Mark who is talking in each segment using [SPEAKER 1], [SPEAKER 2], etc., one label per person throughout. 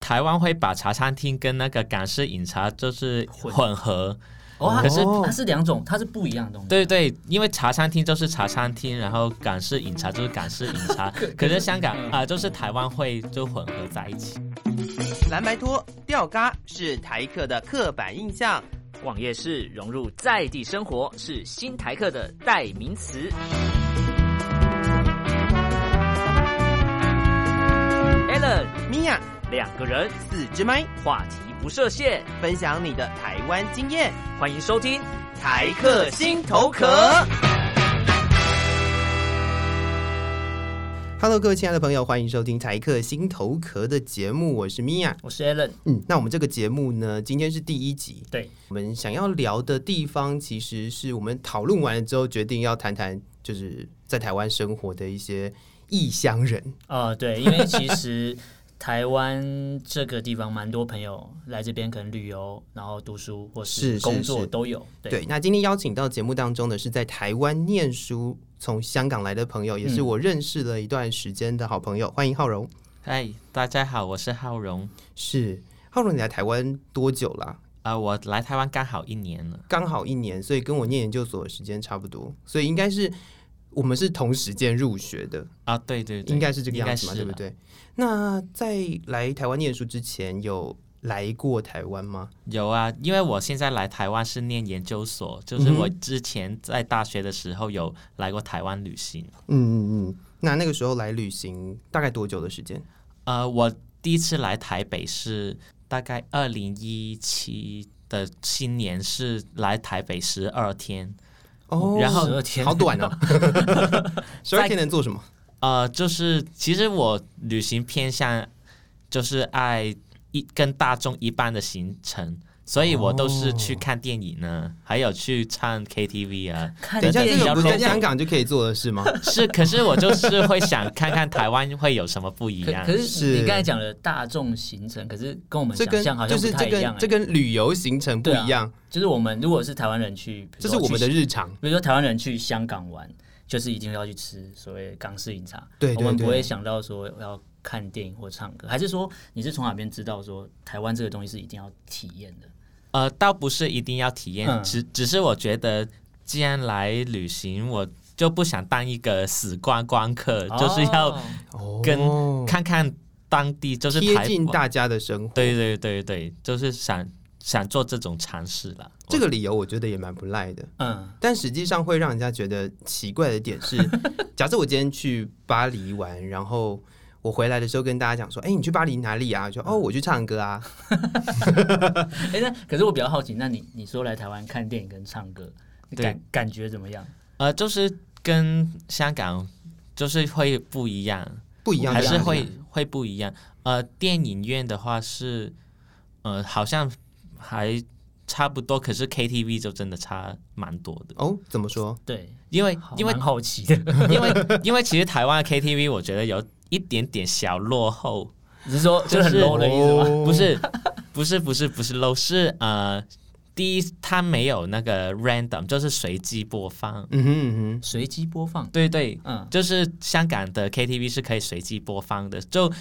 [SPEAKER 1] 台湾会把茶餐厅跟那个港式饮茶就是
[SPEAKER 2] 混
[SPEAKER 1] 混合，
[SPEAKER 2] 哦，它
[SPEAKER 1] 可是
[SPEAKER 2] 它是两种，它是不一样的东西。
[SPEAKER 1] 对对，因为茶餐厅就是茶餐厅，然后港式饮茶就是港式饮 茶
[SPEAKER 2] 可，
[SPEAKER 1] 可是香港啊、就是台湾会就混合在一起。
[SPEAKER 3] 蓝白拖、吊嘎是台客的刻板印象。
[SPEAKER 4] 逛夜市融入在地生活是新台客的代名词。Allen
[SPEAKER 3] 米娅，
[SPEAKER 4] 两个人，
[SPEAKER 3] 四支麦，
[SPEAKER 4] 话题不设限，
[SPEAKER 3] 分享你的台湾经验，
[SPEAKER 4] 欢迎收听。
[SPEAKER 3] 台客心头壳。
[SPEAKER 5] Hello，各位亲爱的朋友，欢迎收听《台客心头壳》的节目，我是米娅。
[SPEAKER 2] 我是 Alan，
[SPEAKER 5] 嗯，那我们这个节目呢，今天是第一集。
[SPEAKER 2] 对，
[SPEAKER 5] 我们想要聊的地方，其实是我们讨论完了之后，决定要谈谈，就是在台湾生活的一些异乡人。
[SPEAKER 2] 呃，对，因为其实台湾这个地方蛮多朋友来这边，可能旅游，然后读书或
[SPEAKER 5] 是是
[SPEAKER 2] 工作
[SPEAKER 5] 是
[SPEAKER 2] 都有。对，
[SPEAKER 5] 对，那今天邀请到节目当中的是在台湾念书。从香港来的朋友，也是
[SPEAKER 2] 嗯
[SPEAKER 5] 我认识了一段时间的好朋友，欢迎浩荣。
[SPEAKER 1] 嗨，哎大家好，我是浩荣
[SPEAKER 5] 是浩荣，你来台湾多久啦、
[SPEAKER 1] 啊、我来台湾刚好一年了。
[SPEAKER 5] 刚好一年，所以跟我念研究所的时间差不多，所以应该是我们是同时间入学的，
[SPEAKER 1] 啊，对对对，
[SPEAKER 5] 应该是这个样子嘛，
[SPEAKER 1] 应该
[SPEAKER 5] 对
[SPEAKER 1] 是
[SPEAKER 5] 不
[SPEAKER 1] 啦？
[SPEAKER 5] 对？那在来台湾念书之前，有来过台湾吗？
[SPEAKER 1] 有啊，因为我现在来台湾是念研究所，就是
[SPEAKER 5] 嗯哼
[SPEAKER 1] 我之前在大学的时候有来过台湾旅行。
[SPEAKER 5] 嗯嗯嗯。那那个时候来旅行大概多久的时间？
[SPEAKER 1] 呃，我第一次来台北是大概二零一七的新年，是来台北十二天。
[SPEAKER 5] 哦，
[SPEAKER 1] 然后
[SPEAKER 2] 12天
[SPEAKER 5] 好短 哦，十二天能做什么？
[SPEAKER 1] 呃，就是其实我旅行偏向就是爱一跟大众一般的行程。所以我都是去看电影呢，还有去唱 KTV 啊。
[SPEAKER 2] 看
[SPEAKER 5] 等一下，
[SPEAKER 2] 电
[SPEAKER 5] 这
[SPEAKER 2] 影
[SPEAKER 5] 个
[SPEAKER 1] 要
[SPEAKER 5] 不是在
[SPEAKER 1] 弄
[SPEAKER 5] 香港就可以做的事吗？
[SPEAKER 1] 是，可是我就是会想看看台湾会有什么不一
[SPEAKER 2] 可
[SPEAKER 1] 样
[SPEAKER 2] 可。是
[SPEAKER 5] 是
[SPEAKER 2] 你刚才讲的大众行程，可是跟我们
[SPEAKER 5] 这
[SPEAKER 2] 想
[SPEAKER 5] 跟
[SPEAKER 2] 象好
[SPEAKER 5] 就
[SPEAKER 2] 像不
[SPEAKER 5] 是
[SPEAKER 2] 太
[SPEAKER 5] 这
[SPEAKER 2] 一样、欸。
[SPEAKER 5] 跟这跟旅游行程不一样，
[SPEAKER 2] 就是我们如果是台湾人去，比
[SPEAKER 5] 这
[SPEAKER 2] 如说
[SPEAKER 5] 是我们的
[SPEAKER 2] 去，
[SPEAKER 5] 日常。
[SPEAKER 2] 比如说台湾人去香港玩，就是一定要去吃所谓港式饮茶，
[SPEAKER 5] 对对
[SPEAKER 2] 我们
[SPEAKER 5] 对
[SPEAKER 2] 不会想到说要看电影或唱歌，还是说你是从哪边知道说台湾这个东西是一定要体验的？
[SPEAKER 1] 呃，倒不是一定要体验，
[SPEAKER 2] 嗯
[SPEAKER 1] 只只是我觉得，既然来旅行，我就不想当一个死观光客，就是要
[SPEAKER 2] 哦
[SPEAKER 5] 哦
[SPEAKER 1] 跟看看当地，就是
[SPEAKER 5] 贴
[SPEAKER 1] 台
[SPEAKER 5] 近
[SPEAKER 1] 湾。
[SPEAKER 5] 大家的生活。
[SPEAKER 1] 对对对对，就是想想做这种尝试啦。
[SPEAKER 5] 这个理由我觉得也蛮不赖的，
[SPEAKER 2] 嗯，
[SPEAKER 5] 但实际上会让人家觉得奇怪的点 是，假设我今天去巴黎玩，然后我回来的时候跟大家讲说，哎、你去巴黎哪里啊？我说哦，我去唱歌
[SPEAKER 2] 嗯
[SPEAKER 5] 啊。
[SPEAKER 2] 哎、那可是我比较好奇，那你你说来台湾看电影跟唱歌，你
[SPEAKER 1] 对
[SPEAKER 2] 感感觉怎么样？
[SPEAKER 1] 呃，就是跟香港就是会不一样，
[SPEAKER 5] 不一样
[SPEAKER 1] 还
[SPEAKER 5] 的啊
[SPEAKER 1] 是
[SPEAKER 5] 样子
[SPEAKER 1] 会会不一样。呃，电影院的话是，呃，好像还差不多，可是 KTV 就真的差蛮多的，
[SPEAKER 5] 哦？怎么说？
[SPEAKER 2] 对，
[SPEAKER 1] 因为
[SPEAKER 2] 好
[SPEAKER 1] 因为
[SPEAKER 2] 蛮好奇的，
[SPEAKER 1] 因为因为其实台湾的 KTV 我觉得有一点点小落后，
[SPEAKER 2] 只是说就是很
[SPEAKER 1] 就是哦
[SPEAKER 2] low 的意思吗？
[SPEAKER 1] 不是不是不是不是 low 是呃，第一它没有那个 random，就是随机播放，
[SPEAKER 5] 嗯哼嗯
[SPEAKER 2] 随机播放，
[SPEAKER 1] 对对，
[SPEAKER 2] 嗯，
[SPEAKER 1] 就是香港的 KTV 是可以随机播放的，就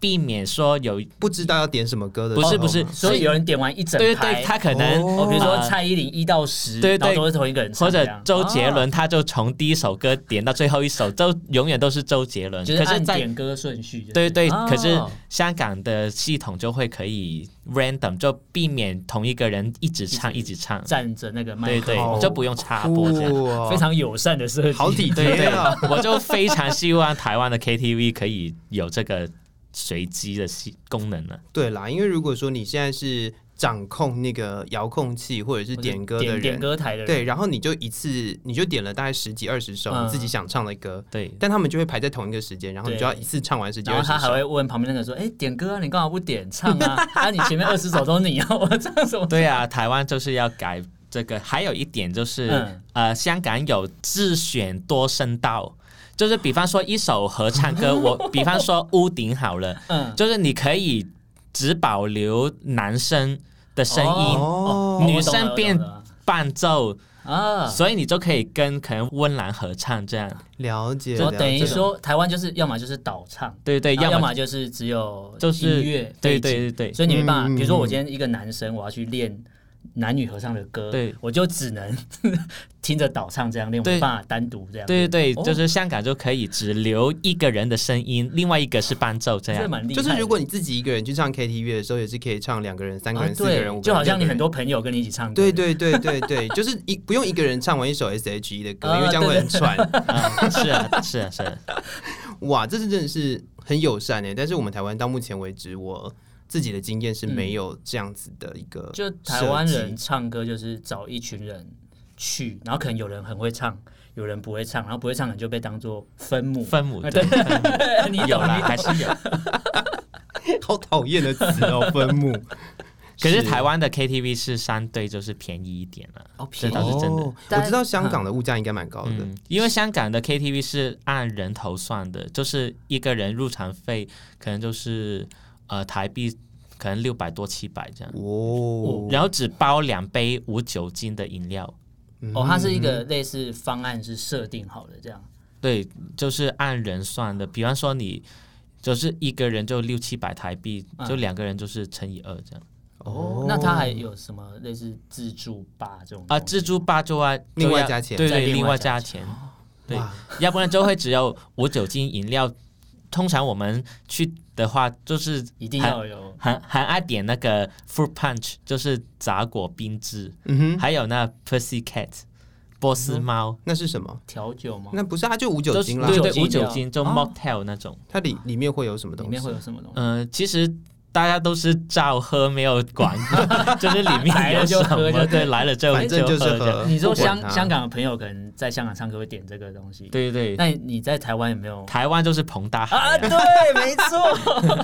[SPEAKER 1] 避免说有
[SPEAKER 5] 哼，不知道要点什么歌的时
[SPEAKER 1] 不
[SPEAKER 5] 候
[SPEAKER 1] 是
[SPEAKER 5] 嘛，
[SPEAKER 1] 不是
[SPEAKER 2] 所以有人点完一整
[SPEAKER 1] 对对
[SPEAKER 2] 排
[SPEAKER 1] 对，，他可能、
[SPEAKER 5] 哦
[SPEAKER 2] 哦，比如说
[SPEAKER 1] 呃
[SPEAKER 2] 蔡依林一到十，
[SPEAKER 1] 对对
[SPEAKER 2] 然后都是同一个人唱
[SPEAKER 1] 或者
[SPEAKER 2] 这样，
[SPEAKER 1] 周杰伦，
[SPEAKER 2] 哦，
[SPEAKER 1] 他就从第一首歌点到最后一首，就永远都是周杰伦。
[SPEAKER 2] 就是
[SPEAKER 1] 可是
[SPEAKER 2] 按
[SPEAKER 1] 在
[SPEAKER 2] 点歌顺序，
[SPEAKER 1] 对对，
[SPEAKER 2] 哦
[SPEAKER 1] 可是香港的系统就会可以 random，就避免同一个人一直唱一直唱。
[SPEAKER 2] 站着那个麦
[SPEAKER 1] 对
[SPEAKER 2] 克
[SPEAKER 1] 对
[SPEAKER 2] 风，
[SPEAKER 5] 好，
[SPEAKER 1] 就不用插播这样。
[SPEAKER 5] 酷哦
[SPEAKER 2] 非常友善的设计，
[SPEAKER 5] 好体
[SPEAKER 1] 对
[SPEAKER 5] 贴
[SPEAKER 1] 对
[SPEAKER 5] 啊。，
[SPEAKER 1] 我就非常希望台湾的 KTV 可以有这个随机的系功能啊了。
[SPEAKER 5] 对啦，因为如果说你现在是掌控那个遥控器或者是
[SPEAKER 2] 或者
[SPEAKER 5] 点歌的
[SPEAKER 2] 点
[SPEAKER 5] 人，
[SPEAKER 2] 点歌台的人，
[SPEAKER 5] 对，然后你就一次你就点了大概十几二十首
[SPEAKER 2] 嗯
[SPEAKER 5] 你自己想唱的歌，
[SPEAKER 1] 对，
[SPEAKER 5] 但他们就会排在同一个时间，然后你就要一次唱完十几
[SPEAKER 2] 然
[SPEAKER 5] 二
[SPEAKER 2] 后
[SPEAKER 5] 十
[SPEAKER 2] 他还
[SPEAKER 5] 首。
[SPEAKER 2] 会问旁边那个说：“哎，点歌啊，你干嘛不点唱啊？啊，你前面二十首都你啊， 我唱什么？”
[SPEAKER 1] 对啊，台湾就是要改这个。还有一点就是，
[SPEAKER 2] 嗯
[SPEAKER 1] 呃，香港有自选多声道，就是比方说一首合唱歌，我比方说屋顶好了，
[SPEAKER 2] 嗯，
[SPEAKER 1] 就是你可以只保留男生的声音，
[SPEAKER 2] 哦我
[SPEAKER 5] 哦
[SPEAKER 2] 懂了
[SPEAKER 1] 女生变
[SPEAKER 2] 我懂了
[SPEAKER 1] 伴奏，
[SPEAKER 2] 啊，
[SPEAKER 1] 所以你就可以跟可能温岚合唱这样，
[SPEAKER 5] 了解，
[SPEAKER 2] 就
[SPEAKER 5] 了
[SPEAKER 2] 等于
[SPEAKER 5] 解
[SPEAKER 2] 说台湾就是要么就是倒唱，
[SPEAKER 1] 对对，
[SPEAKER 2] 然后
[SPEAKER 1] 要
[SPEAKER 2] 啊要
[SPEAKER 1] 么
[SPEAKER 2] 么就是只有
[SPEAKER 1] 就是
[SPEAKER 2] 音乐
[SPEAKER 1] 对
[SPEAKER 2] 背景
[SPEAKER 1] 对对对
[SPEAKER 2] 所以你没办法，
[SPEAKER 5] 嗯
[SPEAKER 2] 比如说我今天一个男生，我要去练男女合唱的歌，
[SPEAKER 1] 对
[SPEAKER 2] 我就只能 听着导唱这样练，我
[SPEAKER 1] 对
[SPEAKER 2] 没办法单独这样
[SPEAKER 1] 对
[SPEAKER 2] 练。
[SPEAKER 1] 对对，
[SPEAKER 2] 哦
[SPEAKER 1] 就是香港就可以只留一个人的声音，另外一个是伴奏这
[SPEAKER 2] 这
[SPEAKER 1] 样。
[SPEAKER 2] 蛮厉害
[SPEAKER 5] 就
[SPEAKER 2] 的。
[SPEAKER 5] 是如果你自己一个人去唱 KTV 的时候，也是可以唱两个人、三个
[SPEAKER 2] 啊
[SPEAKER 5] 人、四个人、五
[SPEAKER 2] 对，
[SPEAKER 5] 个人，
[SPEAKER 2] 就好像你
[SPEAKER 5] 六个人
[SPEAKER 2] 很多朋友跟你一起唱歌，
[SPEAKER 5] 对对对对对，就是一不用一个人唱完一首 S.H.E 的歌，
[SPEAKER 2] 啊
[SPEAKER 5] 因为这样会很喘。
[SPEAKER 1] 啊，是啊，是啊，是啊。
[SPEAKER 5] 哇，这是真的是很友善诶。但是我们台湾到目前为止，我自己的经验是没有这样子的一个设
[SPEAKER 2] 就
[SPEAKER 5] 计，
[SPEAKER 2] 台湾人唱歌就是找一群人去，然后可能有人很会唱，有人不会唱，然后不会唱的人就被当做分母。
[SPEAKER 1] 分 母
[SPEAKER 2] 啊
[SPEAKER 1] 对，
[SPEAKER 2] 你
[SPEAKER 1] 有
[SPEAKER 2] 懂
[SPEAKER 1] 啦，
[SPEAKER 2] 你
[SPEAKER 1] 还是有。
[SPEAKER 5] 好讨厌的词哦，分母。
[SPEAKER 1] 可是台湾的 KTV 是相对就是便宜一点啊了，
[SPEAKER 2] 哦
[SPEAKER 1] 这倒是真的。
[SPEAKER 5] 哦我知道香港的物价应该蛮高的，
[SPEAKER 1] 嗯，因为香港的 KTV 是按人头算的，就是一个人入场费可能就是呃台币可能六百多七百这样，
[SPEAKER 5] 哦，
[SPEAKER 1] 然后只包两杯无酒精的饮料。
[SPEAKER 2] 哦，它是一个类似方案是设定好的这样。
[SPEAKER 1] 对，就是按人算的。比方说你就是一个人就六七百台币，就
[SPEAKER 2] 嗯
[SPEAKER 1] 两个人就是乘以二这样。
[SPEAKER 5] 哦
[SPEAKER 2] 那它还有什么类似自助吧这种
[SPEAKER 1] 啊，
[SPEAKER 2] 东西
[SPEAKER 1] 自助吧就啊，就
[SPEAKER 5] 另外
[SPEAKER 1] 要
[SPEAKER 5] 加钱
[SPEAKER 1] 对
[SPEAKER 2] 再
[SPEAKER 1] 对，
[SPEAKER 2] 另
[SPEAKER 1] 另
[SPEAKER 2] 外
[SPEAKER 1] 外
[SPEAKER 2] 加
[SPEAKER 1] 加钱，
[SPEAKER 5] 哦
[SPEAKER 1] 对，要不然就会只有无酒精饮料。通常我们去的话，就是
[SPEAKER 2] 一定要有
[SPEAKER 1] 还还爱点那个 fruit punch，就是杂果冰汁，
[SPEAKER 5] 嗯哼，
[SPEAKER 1] 还有那 pussy cat，波斯猫，
[SPEAKER 5] 那是什么？
[SPEAKER 2] 调酒吗？
[SPEAKER 5] 那不是，它就无嗯酒
[SPEAKER 1] 就
[SPEAKER 5] 精
[SPEAKER 1] 是
[SPEAKER 5] 啦。
[SPEAKER 1] 对
[SPEAKER 2] 酒精
[SPEAKER 1] 对无
[SPEAKER 2] 饮料
[SPEAKER 1] 酒精，就 mocktail 那种。
[SPEAKER 5] 它里里面会有什么东
[SPEAKER 2] 里
[SPEAKER 5] 西？
[SPEAKER 2] 面会有什么东西？
[SPEAKER 1] 嗯、其实大家都是照喝，没有管，就是里面有什
[SPEAKER 2] 来了就喝就
[SPEAKER 1] 么，
[SPEAKER 2] 对
[SPEAKER 1] 对，来了就
[SPEAKER 5] 反正就是
[SPEAKER 1] 喝这样。
[SPEAKER 5] 喝。
[SPEAKER 2] 你说
[SPEAKER 5] 不管
[SPEAKER 2] 香
[SPEAKER 5] 它
[SPEAKER 2] 香港的朋友可能在香港唱歌会点这个东西，。
[SPEAKER 1] 对对，
[SPEAKER 2] 那你在台湾有没有？
[SPEAKER 1] 台湾就是彭大海、
[SPEAKER 2] 啊，
[SPEAKER 1] 啊，
[SPEAKER 2] 对，没 错，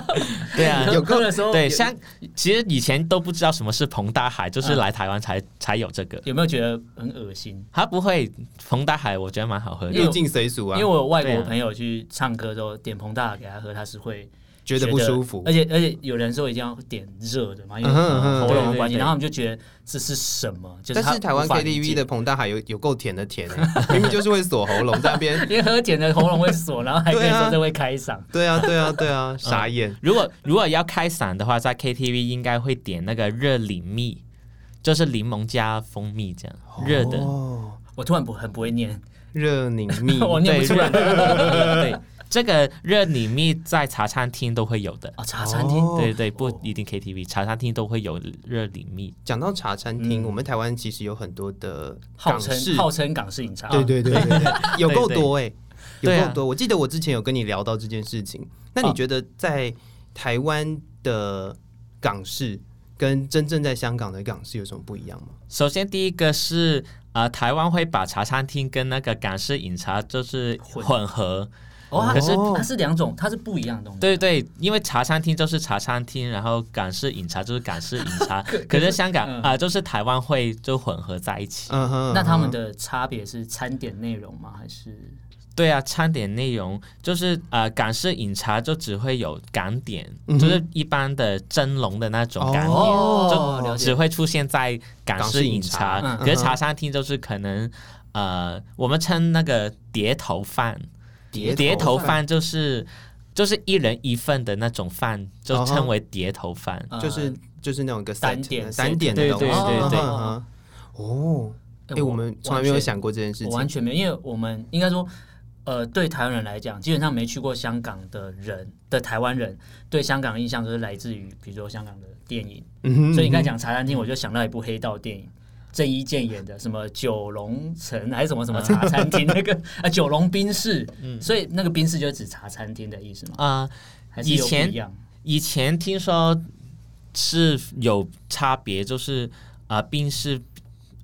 [SPEAKER 1] 对啊，
[SPEAKER 2] 有歌的时候，
[SPEAKER 1] 对，
[SPEAKER 2] 有
[SPEAKER 1] 像其实以前都不知道什么是彭大海，就是来台湾才、才有这个。
[SPEAKER 2] 有没有觉得很恶心？
[SPEAKER 1] 他不会彭大海，我觉得蛮好喝
[SPEAKER 2] 因为
[SPEAKER 1] 的。
[SPEAKER 5] 入境随俗
[SPEAKER 2] 因
[SPEAKER 5] 啊，
[SPEAKER 2] 为我有外
[SPEAKER 1] 对
[SPEAKER 2] 国
[SPEAKER 1] 啊
[SPEAKER 2] 朋友去唱歌之后，点膨大给他喝，他是会
[SPEAKER 5] 觉得不舒服
[SPEAKER 2] 而。且而且有人说一定要点热的嘛，因为
[SPEAKER 5] 嗯哼嗯哼
[SPEAKER 2] 喉咙的关
[SPEAKER 1] 对对
[SPEAKER 2] 系，
[SPEAKER 1] 对
[SPEAKER 2] 然后我们就觉得这是什么？就是
[SPEAKER 5] 但
[SPEAKER 2] 他
[SPEAKER 5] 是台湾
[SPEAKER 2] 无法理
[SPEAKER 5] KTV
[SPEAKER 2] 解
[SPEAKER 5] 的，彭大海有有够甜的甜欸、 明明就是会锁喉咙在那边。
[SPEAKER 2] 因为喝甜的喉咙会锁，然后还跟你
[SPEAKER 5] 对
[SPEAKER 2] 说
[SPEAKER 5] 啊
[SPEAKER 2] 这会开嗓。
[SPEAKER 5] 对啊，对啊，对
[SPEAKER 2] 嗯
[SPEAKER 5] 啊，傻眼。
[SPEAKER 1] 如果如果要开嗓的话，在 KTV 应该会点那个热柠蜜，就是柠檬加蜂蜜这样热的。
[SPEAKER 5] 哦，
[SPEAKER 2] 我突然不很不会念，
[SPEAKER 5] 热柠蜜
[SPEAKER 2] 我念
[SPEAKER 1] 对
[SPEAKER 2] 不出来。
[SPEAKER 1] 对，这个热柠蜜在茶餐厅都会有的。
[SPEAKER 2] 哦，茶餐厅
[SPEAKER 5] 哦
[SPEAKER 1] 对对，不一定 KTV，茶餐厅都会有热柠蜜。
[SPEAKER 5] 讲到茶餐
[SPEAKER 2] 嗯
[SPEAKER 5] 厅，我们台湾其实有很多的
[SPEAKER 2] 号
[SPEAKER 5] 港
[SPEAKER 2] 称
[SPEAKER 5] 式，
[SPEAKER 2] 号称港式饮茶，
[SPEAKER 5] 对对对对对，有够多哎、
[SPEAKER 1] 对
[SPEAKER 5] 有
[SPEAKER 1] 啊
[SPEAKER 5] 够多。我记得我之前有跟你聊到这件事情，那你
[SPEAKER 1] 哦
[SPEAKER 5] 觉得在台湾的港式跟真正在香港的港式有什么不一样吗？
[SPEAKER 1] 首先第一个是呃，台湾会把茶餐厅跟那个港式饮茶就是
[SPEAKER 2] 混
[SPEAKER 1] 混合。
[SPEAKER 2] 哦，它
[SPEAKER 1] 可是
[SPEAKER 2] 它是两种，它是不一样的东西。
[SPEAKER 1] 对对，因为茶餐厅就是茶餐厅，然后港式饮茶就是港式饮茶。可是香港
[SPEAKER 2] 嗯
[SPEAKER 1] 啊、就是台湾会就混合在一起。
[SPEAKER 5] 嗯哼，
[SPEAKER 2] 那他们
[SPEAKER 5] 的
[SPEAKER 2] 的差别是餐点内容吗？还是
[SPEAKER 1] 对啊，餐点内容就是呃，港式饮茶就只会有港点，
[SPEAKER 5] 嗯哼
[SPEAKER 1] 就是一般的蒸笼的那种港点，
[SPEAKER 2] 哦了
[SPEAKER 1] 就
[SPEAKER 2] 解
[SPEAKER 1] 只会出现在港式饮茶。
[SPEAKER 5] 港式饮茶嗯
[SPEAKER 1] 可是茶餐厅就是可能呃，我们称那个碟头饭，
[SPEAKER 5] 碟
[SPEAKER 1] 碟头
[SPEAKER 5] 饭
[SPEAKER 1] 饭就是就是一人一份的那种饭，就
[SPEAKER 5] 哦
[SPEAKER 1] 称为碟头饭。
[SPEAKER 5] 就是就是那种一个 set，
[SPEAKER 2] 单啊点
[SPEAKER 5] 单点的
[SPEAKER 1] 对
[SPEAKER 5] 东西，
[SPEAKER 1] 对对对
[SPEAKER 5] 嗯哼哦，
[SPEAKER 2] 呃
[SPEAKER 5] 哎、我们从来没有想过这件事
[SPEAKER 2] 我完
[SPEAKER 5] 情。
[SPEAKER 2] 全没有，因为我们应该说，呃，对台湾人来讲，基本上没去过香港的人的台湾人，对香港印象都是来自于比如说香港的电影，
[SPEAKER 5] 嗯哼
[SPEAKER 2] 所以你刚才讲茶餐厅，我就想到一部黑道电影。郑伊健演的什么九龙城还是什么什么茶餐厅那个啊九龙冰室，所以那个冰室就是指茶餐厅的意思嘛，
[SPEAKER 1] 啊、
[SPEAKER 2] 还是有
[SPEAKER 1] 以
[SPEAKER 2] 不
[SPEAKER 1] 前
[SPEAKER 2] 一样？
[SPEAKER 1] 以前听说是有差别，就是啊、呃，冰是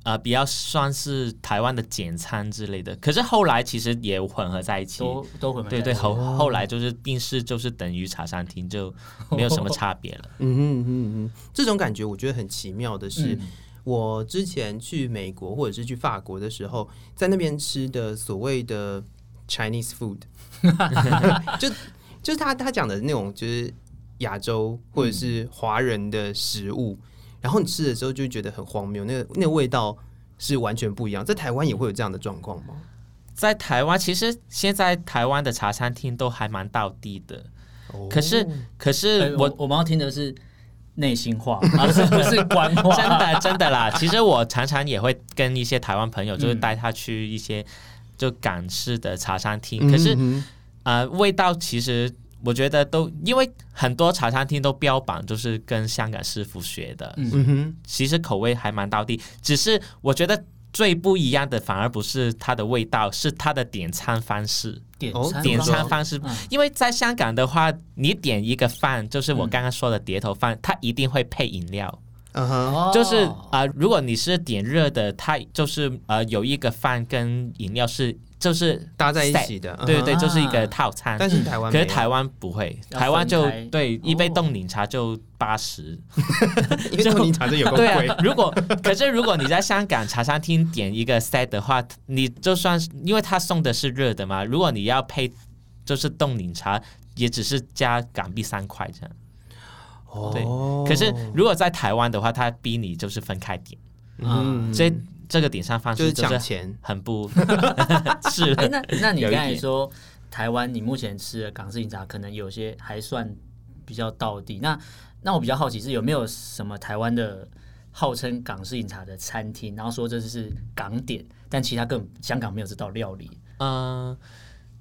[SPEAKER 1] 啊、呃、比较算是台湾的简餐之类的，可是后来其实也混合在一起。
[SPEAKER 2] 都都混合在
[SPEAKER 1] 对
[SPEAKER 2] 一起
[SPEAKER 1] 对，后后来就是冰室就是等于茶餐厅，就没有什么差别 了。
[SPEAKER 5] 嗯哼嗯哼嗯哼，这种感觉我觉得很奇妙的是，
[SPEAKER 2] 嗯
[SPEAKER 5] 我之前去美国或者是去法国的时候，在那边吃的所谓的 Chinese food，就就是他他讲的那种就是亚洲或者是华人的食物，然后你吃的时候就会觉得很荒谬，那个那个味道是完全不一样。在台湾也会有这样的状况吗？
[SPEAKER 1] 在台湾，其实现在台湾的茶餐厅都还蛮到地的，可是可
[SPEAKER 2] 哎
[SPEAKER 1] 是
[SPEAKER 2] 我
[SPEAKER 1] 我
[SPEAKER 2] 我们要听的是内心话， 而是不是官话？
[SPEAKER 1] 真 的真的啦，其实我常常也会跟一些台湾朋友，就是
[SPEAKER 2] 嗯
[SPEAKER 1] 带他去一些就港式的茶餐厅，可是
[SPEAKER 5] 嗯
[SPEAKER 1] 啊、呃味道其实我觉得都因为很多茶餐厅都标榜就是跟香港师傅学的，
[SPEAKER 2] 嗯
[SPEAKER 5] 哼嗯哼，
[SPEAKER 1] 其实口味还蛮到地，只是我觉得。最不一样的反而不是它的味道，是它的点餐方式。
[SPEAKER 2] 点
[SPEAKER 5] 哦
[SPEAKER 2] 餐
[SPEAKER 1] 点
[SPEAKER 2] 方
[SPEAKER 1] 餐
[SPEAKER 2] 式
[SPEAKER 1] 方式
[SPEAKER 2] 嗯，
[SPEAKER 1] 因为在香港的话，你点一个饭，就是我刚刚说的碟头饭，它一定会配饮料。
[SPEAKER 5] 嗯哼，
[SPEAKER 1] 就是
[SPEAKER 2] 哦
[SPEAKER 1] 啊、呃如果你是点热的，它就是呃有一个饭跟饮料是就是
[SPEAKER 5] 搭在一
[SPEAKER 1] set，
[SPEAKER 5] 起的，嗯哼
[SPEAKER 1] 对对，
[SPEAKER 2] 啊
[SPEAKER 1] 就是一个套餐。
[SPEAKER 5] 但是台湾
[SPEAKER 1] 可
[SPEAKER 5] 没
[SPEAKER 1] 是
[SPEAKER 5] 有，
[SPEAKER 1] 台湾不会，
[SPEAKER 2] 要
[SPEAKER 1] 台湾就
[SPEAKER 2] 分开
[SPEAKER 1] 对一杯
[SPEAKER 2] 哦
[SPEAKER 1] 冻柠茶就八十，
[SPEAKER 5] 因为冻柠茶这 有够
[SPEAKER 1] 对
[SPEAKER 5] 贵
[SPEAKER 1] 啊。。如果可是如果你在香港茶餐厅点一个 set 的话，你就算是因为他送的是热的嘛，如果你要配就是冻柠茶，也只是加港币三块这样。对
[SPEAKER 5] 哦
[SPEAKER 1] 可是如果在台湾的话，他逼你就是分开点，
[SPEAKER 5] 嗯，
[SPEAKER 1] 所以这个点餐方
[SPEAKER 5] 就
[SPEAKER 1] 式
[SPEAKER 5] 是
[SPEAKER 1] 就是
[SPEAKER 5] 抢钱，
[SPEAKER 1] 很不 是
[SPEAKER 2] 哎、那那你
[SPEAKER 1] 有
[SPEAKER 2] 刚
[SPEAKER 1] 一
[SPEAKER 2] 才
[SPEAKER 1] 点
[SPEAKER 2] 说台湾，你目前吃的港式饮茶可能有些还算比较到地。那那我比较好奇是有没有什么台湾的号称港式饮茶的餐厅，然后说这是港点，但其他根本香港没有这道料理。
[SPEAKER 1] 嗯、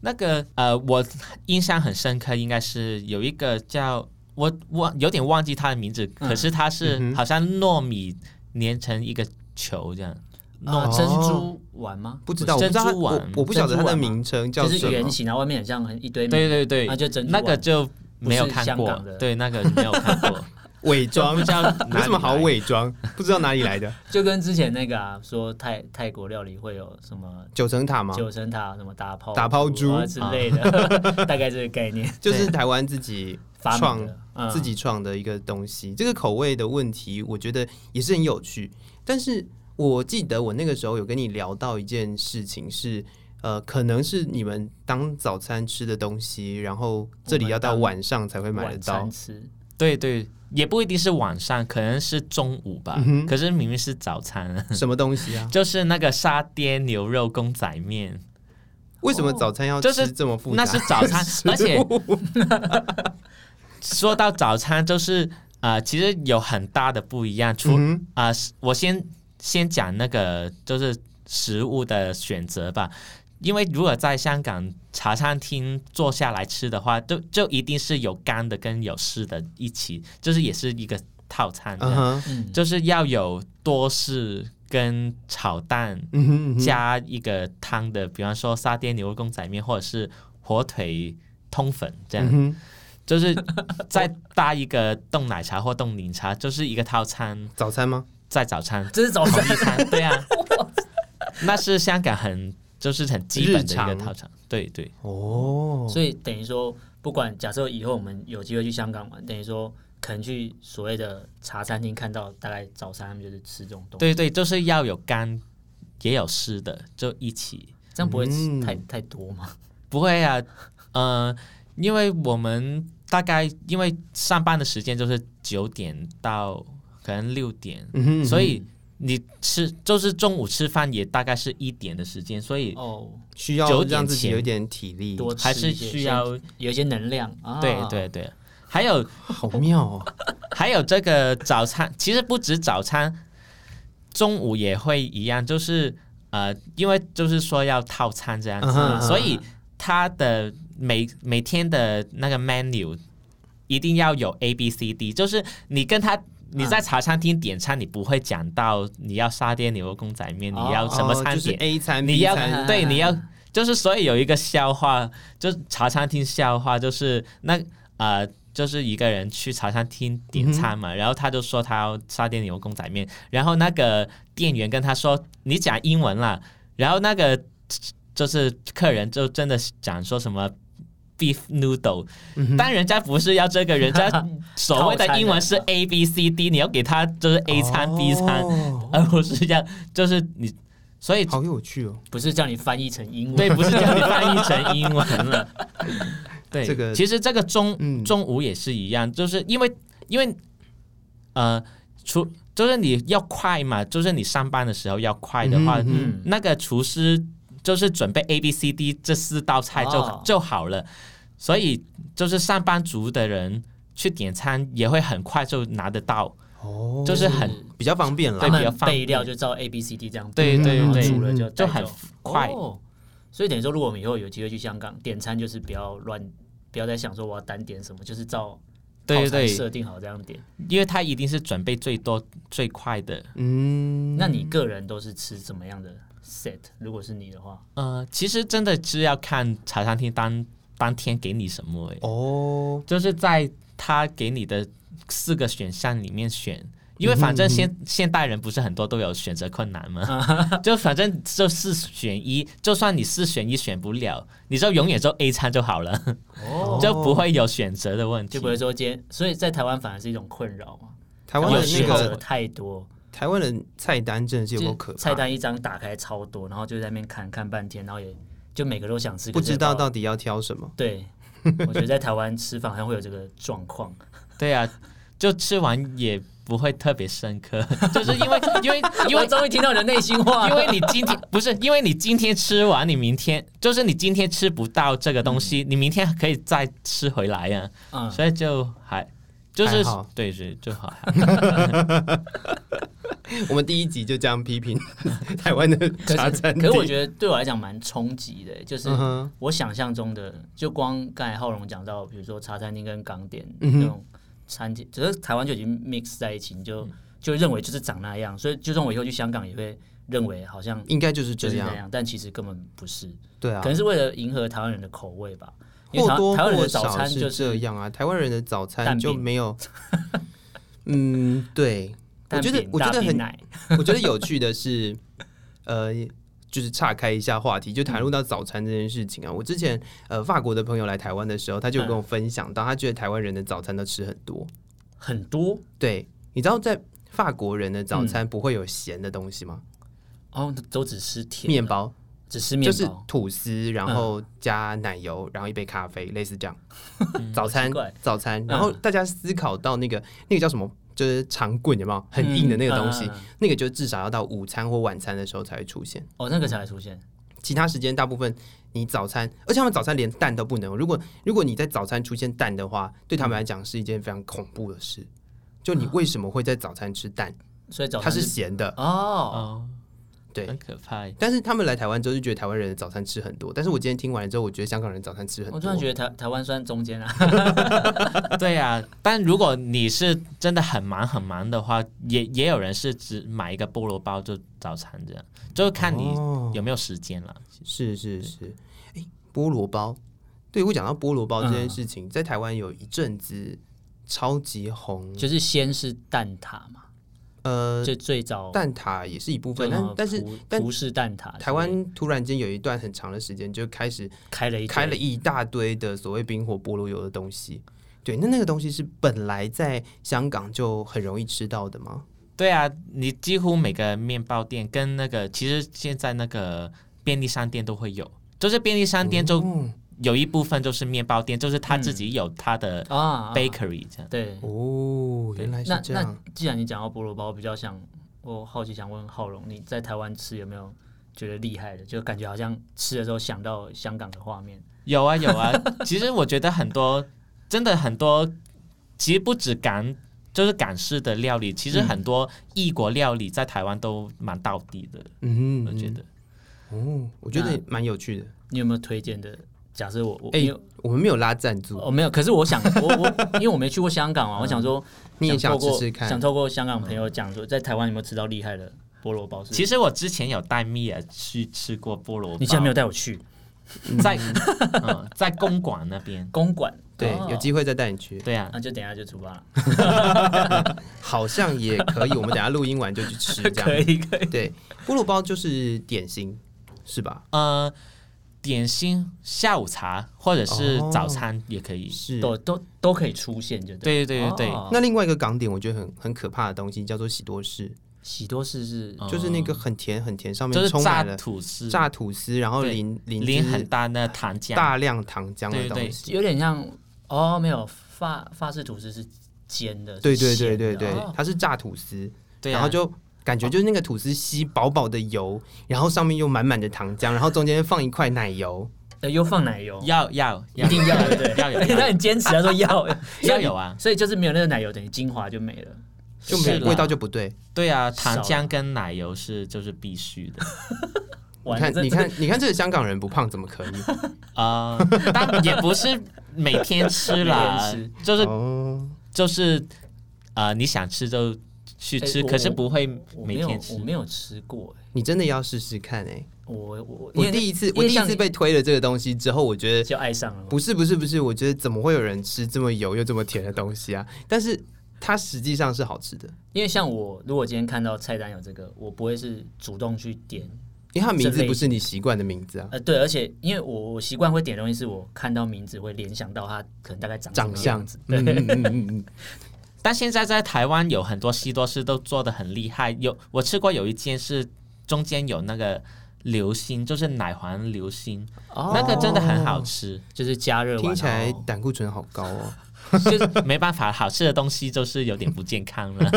[SPEAKER 1] 那个呃，我印象很深刻，应该是有一个叫我我有点忘记他的名字，
[SPEAKER 2] 嗯
[SPEAKER 1] 可是他是、
[SPEAKER 5] 嗯哼
[SPEAKER 1] 好像糯米粘成一个球这样，
[SPEAKER 2] 那呃珍珠丸吗？
[SPEAKER 5] 哦不知道，我
[SPEAKER 1] 不
[SPEAKER 5] 不
[SPEAKER 1] 是
[SPEAKER 5] 知道它，
[SPEAKER 1] 珍珠丸
[SPEAKER 5] 我我不晓得它
[SPEAKER 2] 珍珠
[SPEAKER 5] 的
[SPEAKER 2] 丸吗
[SPEAKER 5] 名称叫
[SPEAKER 2] 就
[SPEAKER 5] 什
[SPEAKER 2] 是
[SPEAKER 5] 么
[SPEAKER 2] 圆。形，然后外面很像很一堆米。
[SPEAKER 1] 对对对，
[SPEAKER 2] 那就珍珠
[SPEAKER 1] 那个
[SPEAKER 2] 丸
[SPEAKER 1] 就没有
[SPEAKER 2] 不是
[SPEAKER 1] 看
[SPEAKER 2] 香
[SPEAKER 1] 过
[SPEAKER 2] 港的，
[SPEAKER 1] 对，那个没有看过，
[SPEAKER 5] 伪
[SPEAKER 1] 就
[SPEAKER 5] 装
[SPEAKER 1] 不知道哪里
[SPEAKER 5] 有什么好
[SPEAKER 1] 来的
[SPEAKER 5] 伪装？ 不知道哪里来 的
[SPEAKER 2] 就跟之前那个啊，说泰泰国料理会有什么
[SPEAKER 5] 九层塔吗？
[SPEAKER 2] 九层塔、什么打抛
[SPEAKER 5] 打抛
[SPEAKER 2] 啊
[SPEAKER 5] 猪
[SPEAKER 2] 之类的， 大概这个概念。
[SPEAKER 5] 就是台湾自己
[SPEAKER 2] 发
[SPEAKER 5] 创
[SPEAKER 2] 明的嗯
[SPEAKER 5] 自己创的一个东西。这个口味的问题，我觉得也是很有趣。但是我记得我那个时候有跟你聊到一件事情是。呃，可能是你们当早餐吃的东西，然后这里要
[SPEAKER 2] 我
[SPEAKER 5] 到
[SPEAKER 2] 们当
[SPEAKER 5] 晚上才会买得
[SPEAKER 2] 晚
[SPEAKER 5] 到
[SPEAKER 2] 餐。吃，
[SPEAKER 1] 对对，也不一定是晚上，可能是中午吧，
[SPEAKER 5] 哼
[SPEAKER 1] 可是明明是早餐，？
[SPEAKER 5] 什么东西啊
[SPEAKER 1] 就是那个沙爹牛肉公仔面，
[SPEAKER 5] 为什么早餐要
[SPEAKER 1] 就是
[SPEAKER 5] 吃这么复杂？，
[SPEAKER 1] 那是早餐而且 说到早餐，就是呃，其实有很大的不一样。除
[SPEAKER 5] 嗯
[SPEAKER 1] 啊、我先先讲那个就是食物的选择吧，因为如果在香港茶餐厅坐下来吃的话，就就一定是有干的跟有湿的一起，就是也是一个套餐
[SPEAKER 5] 哼，
[SPEAKER 1] 这
[SPEAKER 5] 嗯
[SPEAKER 1] 样
[SPEAKER 5] 哼，
[SPEAKER 2] 嗯，
[SPEAKER 1] 就是要有多士跟炒蛋。
[SPEAKER 5] 嗯哼，嗯哼
[SPEAKER 1] 加一个汤的，比方说沙爹牛肉公仔面，或者是火腿通粉这样，
[SPEAKER 5] 嗯哼
[SPEAKER 1] 就是再搭一个冻奶茶或冻柠茶，就是一个套餐
[SPEAKER 5] 早餐吗？
[SPEAKER 1] 在早餐
[SPEAKER 2] 这是早
[SPEAKER 1] 统
[SPEAKER 2] 餐。
[SPEAKER 1] 一餐， 对啊，那是香港很就是很基本的一个
[SPEAKER 5] 日常
[SPEAKER 1] 套餐，对对，
[SPEAKER 5] 哦，
[SPEAKER 2] 所以等于说，不管假设以后我们有机会去香港玩，等于说可能去所谓的茶餐厅看到，大概早餐他们就是吃这种东西，
[SPEAKER 1] 对对，就是要有干也有湿的，就一起，
[SPEAKER 2] 这样不会吃
[SPEAKER 5] 嗯
[SPEAKER 2] 太、太多嘛？
[SPEAKER 1] 不会啊，呃，因为我们大概因为上班的时间就是九点到可能六点，
[SPEAKER 5] 嗯哼，嗯哼
[SPEAKER 1] 所以你吃就是中午吃饭也大概是一点的时间，所以
[SPEAKER 2] 哦，
[SPEAKER 5] 需要
[SPEAKER 1] 九点
[SPEAKER 5] 让自己
[SPEAKER 1] 前
[SPEAKER 5] 有点体力，
[SPEAKER 2] 多吃
[SPEAKER 1] 还是
[SPEAKER 2] 一些
[SPEAKER 1] 需要
[SPEAKER 2] 先有一些能量啊。
[SPEAKER 1] 对对对。还有
[SPEAKER 5] 好妙哦。
[SPEAKER 1] 还有这个早餐，其实不止早餐，中午也会一样，就是呃，因为就是说要套餐这样子
[SPEAKER 5] 嗯
[SPEAKER 1] 嘛，
[SPEAKER 5] 哼
[SPEAKER 1] 所以它的每每天的那个 menu 一定要有 A B C D，就是你跟他。你
[SPEAKER 5] 啊
[SPEAKER 1] 在茶餐厅点餐，你不会讲到你要沙爹牛肉公仔面，你要什么
[SPEAKER 5] 哦
[SPEAKER 1] 餐
[SPEAKER 5] 就是
[SPEAKER 1] 点，
[SPEAKER 5] A 餐，
[SPEAKER 1] 你
[SPEAKER 5] B
[SPEAKER 1] 要
[SPEAKER 5] 餐
[SPEAKER 1] 对你要就是，所以有一个笑话，就是茶餐厅笑话，就是那呃，就是一个人去茶餐厅点餐嘛，然后他就说他要沙爹牛公仔面，然后那个店员跟他说你讲英文啦，然后那个就是客人就真的讲说什么。Beef noodle，、但人家不是要这个，人家所谓的英文是
[SPEAKER 2] 套餐
[SPEAKER 1] A B C D，你要给他就是 A 餐、B 餐，
[SPEAKER 5] 哦
[SPEAKER 1] 而不是这样，就是你，所以
[SPEAKER 5] 好有趣哦。
[SPEAKER 2] 不是叫你翻译成英 文，
[SPEAKER 1] 对，不是叫你翻译成英文 了。对，
[SPEAKER 5] 这个
[SPEAKER 1] 其实这个中、
[SPEAKER 5] 嗯
[SPEAKER 1] 中午也是一样，就是因为因为呃，除就是你要快嘛，就是你上班的时候要快的话，
[SPEAKER 5] 嗯
[SPEAKER 1] 那个厨师就是准备 A B C D 这四道菜就、
[SPEAKER 2] 哦
[SPEAKER 1] 就好了。所以就是上班族的人去点餐也会很快就拿得到，
[SPEAKER 5] 哦
[SPEAKER 1] 就是很
[SPEAKER 5] 比较方便
[SPEAKER 1] 对
[SPEAKER 2] 他
[SPEAKER 5] 啦。
[SPEAKER 1] 比较
[SPEAKER 2] 们
[SPEAKER 1] 方便
[SPEAKER 2] 备料就照 A B C D 这样，
[SPEAKER 1] 对对
[SPEAKER 2] 然后
[SPEAKER 1] 对嗯
[SPEAKER 2] 煮了就
[SPEAKER 1] 就
[SPEAKER 2] 带
[SPEAKER 1] 很
[SPEAKER 2] 走
[SPEAKER 1] 快。
[SPEAKER 2] 哦所以等于说，如果我们以后有机会去香港点餐，就是不要乱，不要再想说我要单点什么，就是照
[SPEAKER 1] 对
[SPEAKER 2] 套餐
[SPEAKER 1] 对
[SPEAKER 2] 设定好这样点。
[SPEAKER 1] 因为他一定是准备最多最快的。
[SPEAKER 5] 嗯，
[SPEAKER 2] 那你个人都是吃怎么样的 set？如果是你的话，
[SPEAKER 1] 呃，其实真的是要看茶餐厅当当天给你什么、欸，
[SPEAKER 5] 哦，
[SPEAKER 1] 就是在他给你的四个选项里面选。因为反
[SPEAKER 2] 嗯
[SPEAKER 1] 正现现代人不是很多都有选择困难 嘛，就反正就四选一，就算你四选一选不了，你就永远就 A 餐就好了， 就不会有选择的问题。
[SPEAKER 2] 哦就不会说今天，所以在台湾反而是一种困扰嘛。
[SPEAKER 5] 台湾的
[SPEAKER 2] 然后
[SPEAKER 5] 那
[SPEAKER 2] 选择
[SPEAKER 5] 个
[SPEAKER 2] 太多，
[SPEAKER 5] 台湾的菜单真的是有
[SPEAKER 2] 就
[SPEAKER 5] 够
[SPEAKER 2] 是
[SPEAKER 5] 可怕，
[SPEAKER 2] 菜单一张打开超多，然后就在那边看看半天，然后也就每个都想吃，
[SPEAKER 5] 不知道到
[SPEAKER 2] 到
[SPEAKER 5] 底要挑什么。
[SPEAKER 2] 对。我觉得在台湾吃饭好像会有这个状况，
[SPEAKER 1] 对啊，就吃完也不会特别深刻， 就是因为因为因
[SPEAKER 2] 因为
[SPEAKER 1] 为
[SPEAKER 2] 终于听到你的内心话，
[SPEAKER 1] 因为你今天不是，因为你今天吃完，你明天就是你今天吃不到这个东西，你明天可以再吃回来呀、
[SPEAKER 2] 嗯，
[SPEAKER 1] 所以就还就是
[SPEAKER 5] 还好
[SPEAKER 1] 对是就好。
[SPEAKER 5] 我们第一集就这样批 评台湾的茶餐
[SPEAKER 2] 可
[SPEAKER 5] 厅。
[SPEAKER 2] 是我觉得对我来讲蛮冲击的，欸就是
[SPEAKER 5] 嗯哼
[SPEAKER 2] 我想象中的，就光刚才浩荣讲到，比如说茶餐厅跟港点
[SPEAKER 5] 嗯哼
[SPEAKER 2] 那种餐厅，只是台湾就已经 mix 在一起，你就就认为就是长那样，所以就算我以后去香港也会认为好像
[SPEAKER 5] 应该就是
[SPEAKER 2] 就
[SPEAKER 5] 这
[SPEAKER 2] 是那
[SPEAKER 5] 样，
[SPEAKER 2] 样，但其实根本不是，
[SPEAKER 5] 对啊
[SPEAKER 2] 可，能是为了迎合台湾人的口味吧。因为
[SPEAKER 5] 或
[SPEAKER 2] 台
[SPEAKER 5] 多
[SPEAKER 2] 台湾人
[SPEAKER 5] 或
[SPEAKER 2] 的早
[SPEAKER 5] 少
[SPEAKER 2] 餐就是
[SPEAKER 5] 这
[SPEAKER 2] 是
[SPEAKER 5] 样啊。台湾人的早
[SPEAKER 2] 蛋
[SPEAKER 5] 餐
[SPEAKER 2] 饼
[SPEAKER 5] 就没有，嗯，对，我
[SPEAKER 2] 蛋
[SPEAKER 5] 觉得
[SPEAKER 2] 饼
[SPEAKER 5] 我觉
[SPEAKER 2] 大
[SPEAKER 5] 得
[SPEAKER 2] 冰
[SPEAKER 5] 很
[SPEAKER 2] 奶，
[SPEAKER 5] 我觉得有趣的是，呃，就是岔开一下话题，
[SPEAKER 2] 嗯
[SPEAKER 5] 就谈论到早餐这件事情啊。我之前呃，法国的朋友来台湾的时候，他就有跟我分享到，他觉得台湾人的早餐都吃很多。
[SPEAKER 2] 很多
[SPEAKER 5] 对，你知道在法国人的早
[SPEAKER 2] 嗯
[SPEAKER 5] 餐不会有咸的东西吗？
[SPEAKER 2] 哦，都只吃甜的
[SPEAKER 5] 面，包
[SPEAKER 2] 只吃面
[SPEAKER 5] 就
[SPEAKER 2] 包，
[SPEAKER 5] 是吐司，然后加奶油，然后一杯咖啡，类似这样。早
[SPEAKER 2] 嗯好
[SPEAKER 5] 餐
[SPEAKER 2] 奇怪，嗯
[SPEAKER 5] 早餐，然后大家思考到那个那个叫什么？就是长棍有没有很硬的那个东西？
[SPEAKER 2] 嗯嗯嗯嗯
[SPEAKER 5] 那个就至少要到午餐或晚餐的时候才会出现。
[SPEAKER 2] 哦，那个才会出现，
[SPEAKER 5] 其他时间大部分你早餐，而且他们早餐连蛋都不能。如果如果你在早餐出现蛋的话，对他们来讲是一件非常恐怖的事。就你为什么会在早餐吃蛋？
[SPEAKER 2] 所以早
[SPEAKER 5] 它
[SPEAKER 2] 餐
[SPEAKER 5] 是咸的，
[SPEAKER 2] 哦，
[SPEAKER 1] 哦，
[SPEAKER 5] 对
[SPEAKER 1] 很。可怕。
[SPEAKER 5] 但是他们来台湾之后就觉得台湾人的早餐吃很多，但是我今天听完了之后，我觉得香港人早餐吃很多。嗯
[SPEAKER 2] 我突然觉得台台湾算中间啊，
[SPEAKER 1] 对呀、但如果你是真的很忙很忙的话，也也有人是只买一个菠萝包就早餐这样，就看你
[SPEAKER 5] 哦
[SPEAKER 1] 有没有时间了。
[SPEAKER 5] 是是是，哎、菠萝包，对我讲到菠萝包这件事
[SPEAKER 2] 嗯
[SPEAKER 5] 情，在台湾有一阵子超级红，
[SPEAKER 2] 就是先是蛋挞嘛，
[SPEAKER 5] 呃，
[SPEAKER 2] 就最早
[SPEAKER 5] 蛋挞也是一部分，
[SPEAKER 2] 就
[SPEAKER 5] 但
[SPEAKER 2] 什么
[SPEAKER 5] 但是
[SPEAKER 2] 葡
[SPEAKER 5] 但
[SPEAKER 2] 葡式蛋挞之类的，
[SPEAKER 5] 台湾突然间有一段很长的时间就开始
[SPEAKER 2] 开了一
[SPEAKER 5] 开了
[SPEAKER 2] 堆
[SPEAKER 5] 一大堆的所谓冰火菠萝油的东西。对，那那个东西是本来在香港就很容易吃到的吗？
[SPEAKER 1] 对啊，你几乎每个面包店跟那个，其实现在那个便利商店都会有，就是便利商店就
[SPEAKER 5] 嗯
[SPEAKER 1] 有一部分就是面包店，就是他自己有他的
[SPEAKER 2] 啊啊
[SPEAKER 1] bakery 这样。
[SPEAKER 2] 对。
[SPEAKER 5] 哦，原来是
[SPEAKER 2] 那
[SPEAKER 5] 这
[SPEAKER 2] 那
[SPEAKER 5] 样。
[SPEAKER 2] 既然你讲到菠萝包，我比较想我好奇想问浩荣，你在台湾吃有没有觉得厉害的？就感觉好像吃的时候想到香港的画面，
[SPEAKER 1] 有啊有啊， 其实我觉得很多，真的很多，其实不止港，就是港式的料理，其实很多异国料理在台湾都蛮到底的，
[SPEAKER 5] 嗯
[SPEAKER 1] 我觉得。
[SPEAKER 5] 哦，我觉得蛮有趣的。
[SPEAKER 2] 你有没有推荐的？假设我我
[SPEAKER 5] 哎、
[SPEAKER 2] 因为
[SPEAKER 5] 我们没有拉赞助，
[SPEAKER 2] 哦没有，可是我想我我因为我没去过香港啊嘛，我想说
[SPEAKER 5] 嗯你也
[SPEAKER 2] 透
[SPEAKER 5] 想吃
[SPEAKER 2] 过
[SPEAKER 5] 吃看？嗯
[SPEAKER 2] 想透过香港朋友讲说，在台湾有没有吃到厉害的菠萝包是？
[SPEAKER 1] 其实我之前有带米娅去吃过菠萝包，
[SPEAKER 2] 你竟然没有带我去
[SPEAKER 1] 在、 嗯、在公馆那边。
[SPEAKER 2] 公馆，
[SPEAKER 5] 对，
[SPEAKER 2] 哦
[SPEAKER 5] 有机会再带你去，
[SPEAKER 1] 对啊，
[SPEAKER 2] 那就等一下就出发了，
[SPEAKER 5] 好像也可以。我们等一下录音完就去吃，这样。
[SPEAKER 2] 以 可以。
[SPEAKER 5] 对，菠萝包就是点心，是吧？
[SPEAKER 1] 呃，点心、下午茶或者是
[SPEAKER 5] 哦
[SPEAKER 1] 早餐也可以。
[SPEAKER 5] 是。
[SPEAKER 2] 都都都可以出现，就
[SPEAKER 1] 对对对对对，
[SPEAKER 2] 哦
[SPEAKER 5] 那另外一个港点，我觉得很很可怕的东西叫做喜多士，
[SPEAKER 2] 喜多士是
[SPEAKER 1] 嗯
[SPEAKER 5] 就是那
[SPEAKER 2] 哦
[SPEAKER 5] 个很甜很甜，上
[SPEAKER 1] 就
[SPEAKER 5] 面
[SPEAKER 1] 是
[SPEAKER 5] 充
[SPEAKER 1] 炸
[SPEAKER 5] 满了
[SPEAKER 1] 吐司，
[SPEAKER 5] 炸吐司，然后
[SPEAKER 1] 嗯对
[SPEAKER 5] 淋淋
[SPEAKER 1] 淋
[SPEAKER 5] 汁
[SPEAKER 1] 很大的糖浆。
[SPEAKER 5] 大量糖浆的
[SPEAKER 1] 对对
[SPEAKER 5] 东西。
[SPEAKER 2] 有点像哦，没有法法式吐司是煎的，
[SPEAKER 5] 对
[SPEAKER 2] 是
[SPEAKER 5] 对对
[SPEAKER 2] 咸的
[SPEAKER 5] 对对
[SPEAKER 2] 哦，
[SPEAKER 5] 它是炸吐司，
[SPEAKER 1] 对啊
[SPEAKER 5] 然后就感觉就是那个吐司吸饱饱的油，然后上面又满满的糖浆，然后中间放一块奶油，
[SPEAKER 2] 呃，又放奶油，
[SPEAKER 1] 要要
[SPEAKER 2] 一定要对不对？
[SPEAKER 1] 要 有
[SPEAKER 2] 他
[SPEAKER 1] 要有
[SPEAKER 2] 很坚持，啊他说要
[SPEAKER 1] 要有啊，
[SPEAKER 2] 所以就是没有那个奶油，等于精华就没了。
[SPEAKER 5] 就没
[SPEAKER 1] 是啦
[SPEAKER 5] 味道就不对。
[SPEAKER 1] 对啊，
[SPEAKER 2] 少
[SPEAKER 1] 糖
[SPEAKER 2] 了
[SPEAKER 1] 浆跟奶油是就是必须的
[SPEAKER 5] 你
[SPEAKER 2] 完了
[SPEAKER 5] 看，你，看，你看，这个香港人不胖怎么可以？
[SPEAKER 1] 啊，呃但也不是每天吃啦
[SPEAKER 2] 每天，
[SPEAKER 1] 就是
[SPEAKER 5] 哦，
[SPEAKER 1] 就是啊，呃你想吃就去
[SPEAKER 2] 哎
[SPEAKER 1] 吃，
[SPEAKER 2] 我
[SPEAKER 1] 可是不会
[SPEAKER 2] 这我
[SPEAKER 1] 每
[SPEAKER 2] 没有
[SPEAKER 1] 天吃
[SPEAKER 2] 我。没有吃过，哎
[SPEAKER 5] 你真的要试试看哎、
[SPEAKER 2] 我我
[SPEAKER 5] 我第一次，我第一次被推了这个东西之后，我觉得
[SPEAKER 2] 就爱上了嘛。
[SPEAKER 5] 不是不是不是，我觉得怎么会有人吃这么油又这么甜的东西啊？但是它实际上是好吃的，
[SPEAKER 2] 因为像我，如果今天看到菜单有这个，我不会是主动去点。
[SPEAKER 5] 因为它的名字不是你习惯的名字啊。
[SPEAKER 2] 呃，对，而且因为我我习惯会点的东西，是我看到名字会联想到它可能大概长什么
[SPEAKER 5] 长相
[SPEAKER 2] 样子，，对，
[SPEAKER 5] 嗯嗯嗯嗯嗯，
[SPEAKER 1] 但现在在台湾有很多西多士都做的很厉害，有我吃过有一间是中间有那个流心，就是奶黄流心，
[SPEAKER 2] 哦
[SPEAKER 1] 那个真的很好吃。
[SPEAKER 2] 就是加热完
[SPEAKER 5] 嗯
[SPEAKER 2] 哦
[SPEAKER 5] 哦听起来
[SPEAKER 2] 然后
[SPEAKER 5] 胆固醇好高哦。
[SPEAKER 1] 就是没办法，好吃的东西就是有点不健康 了。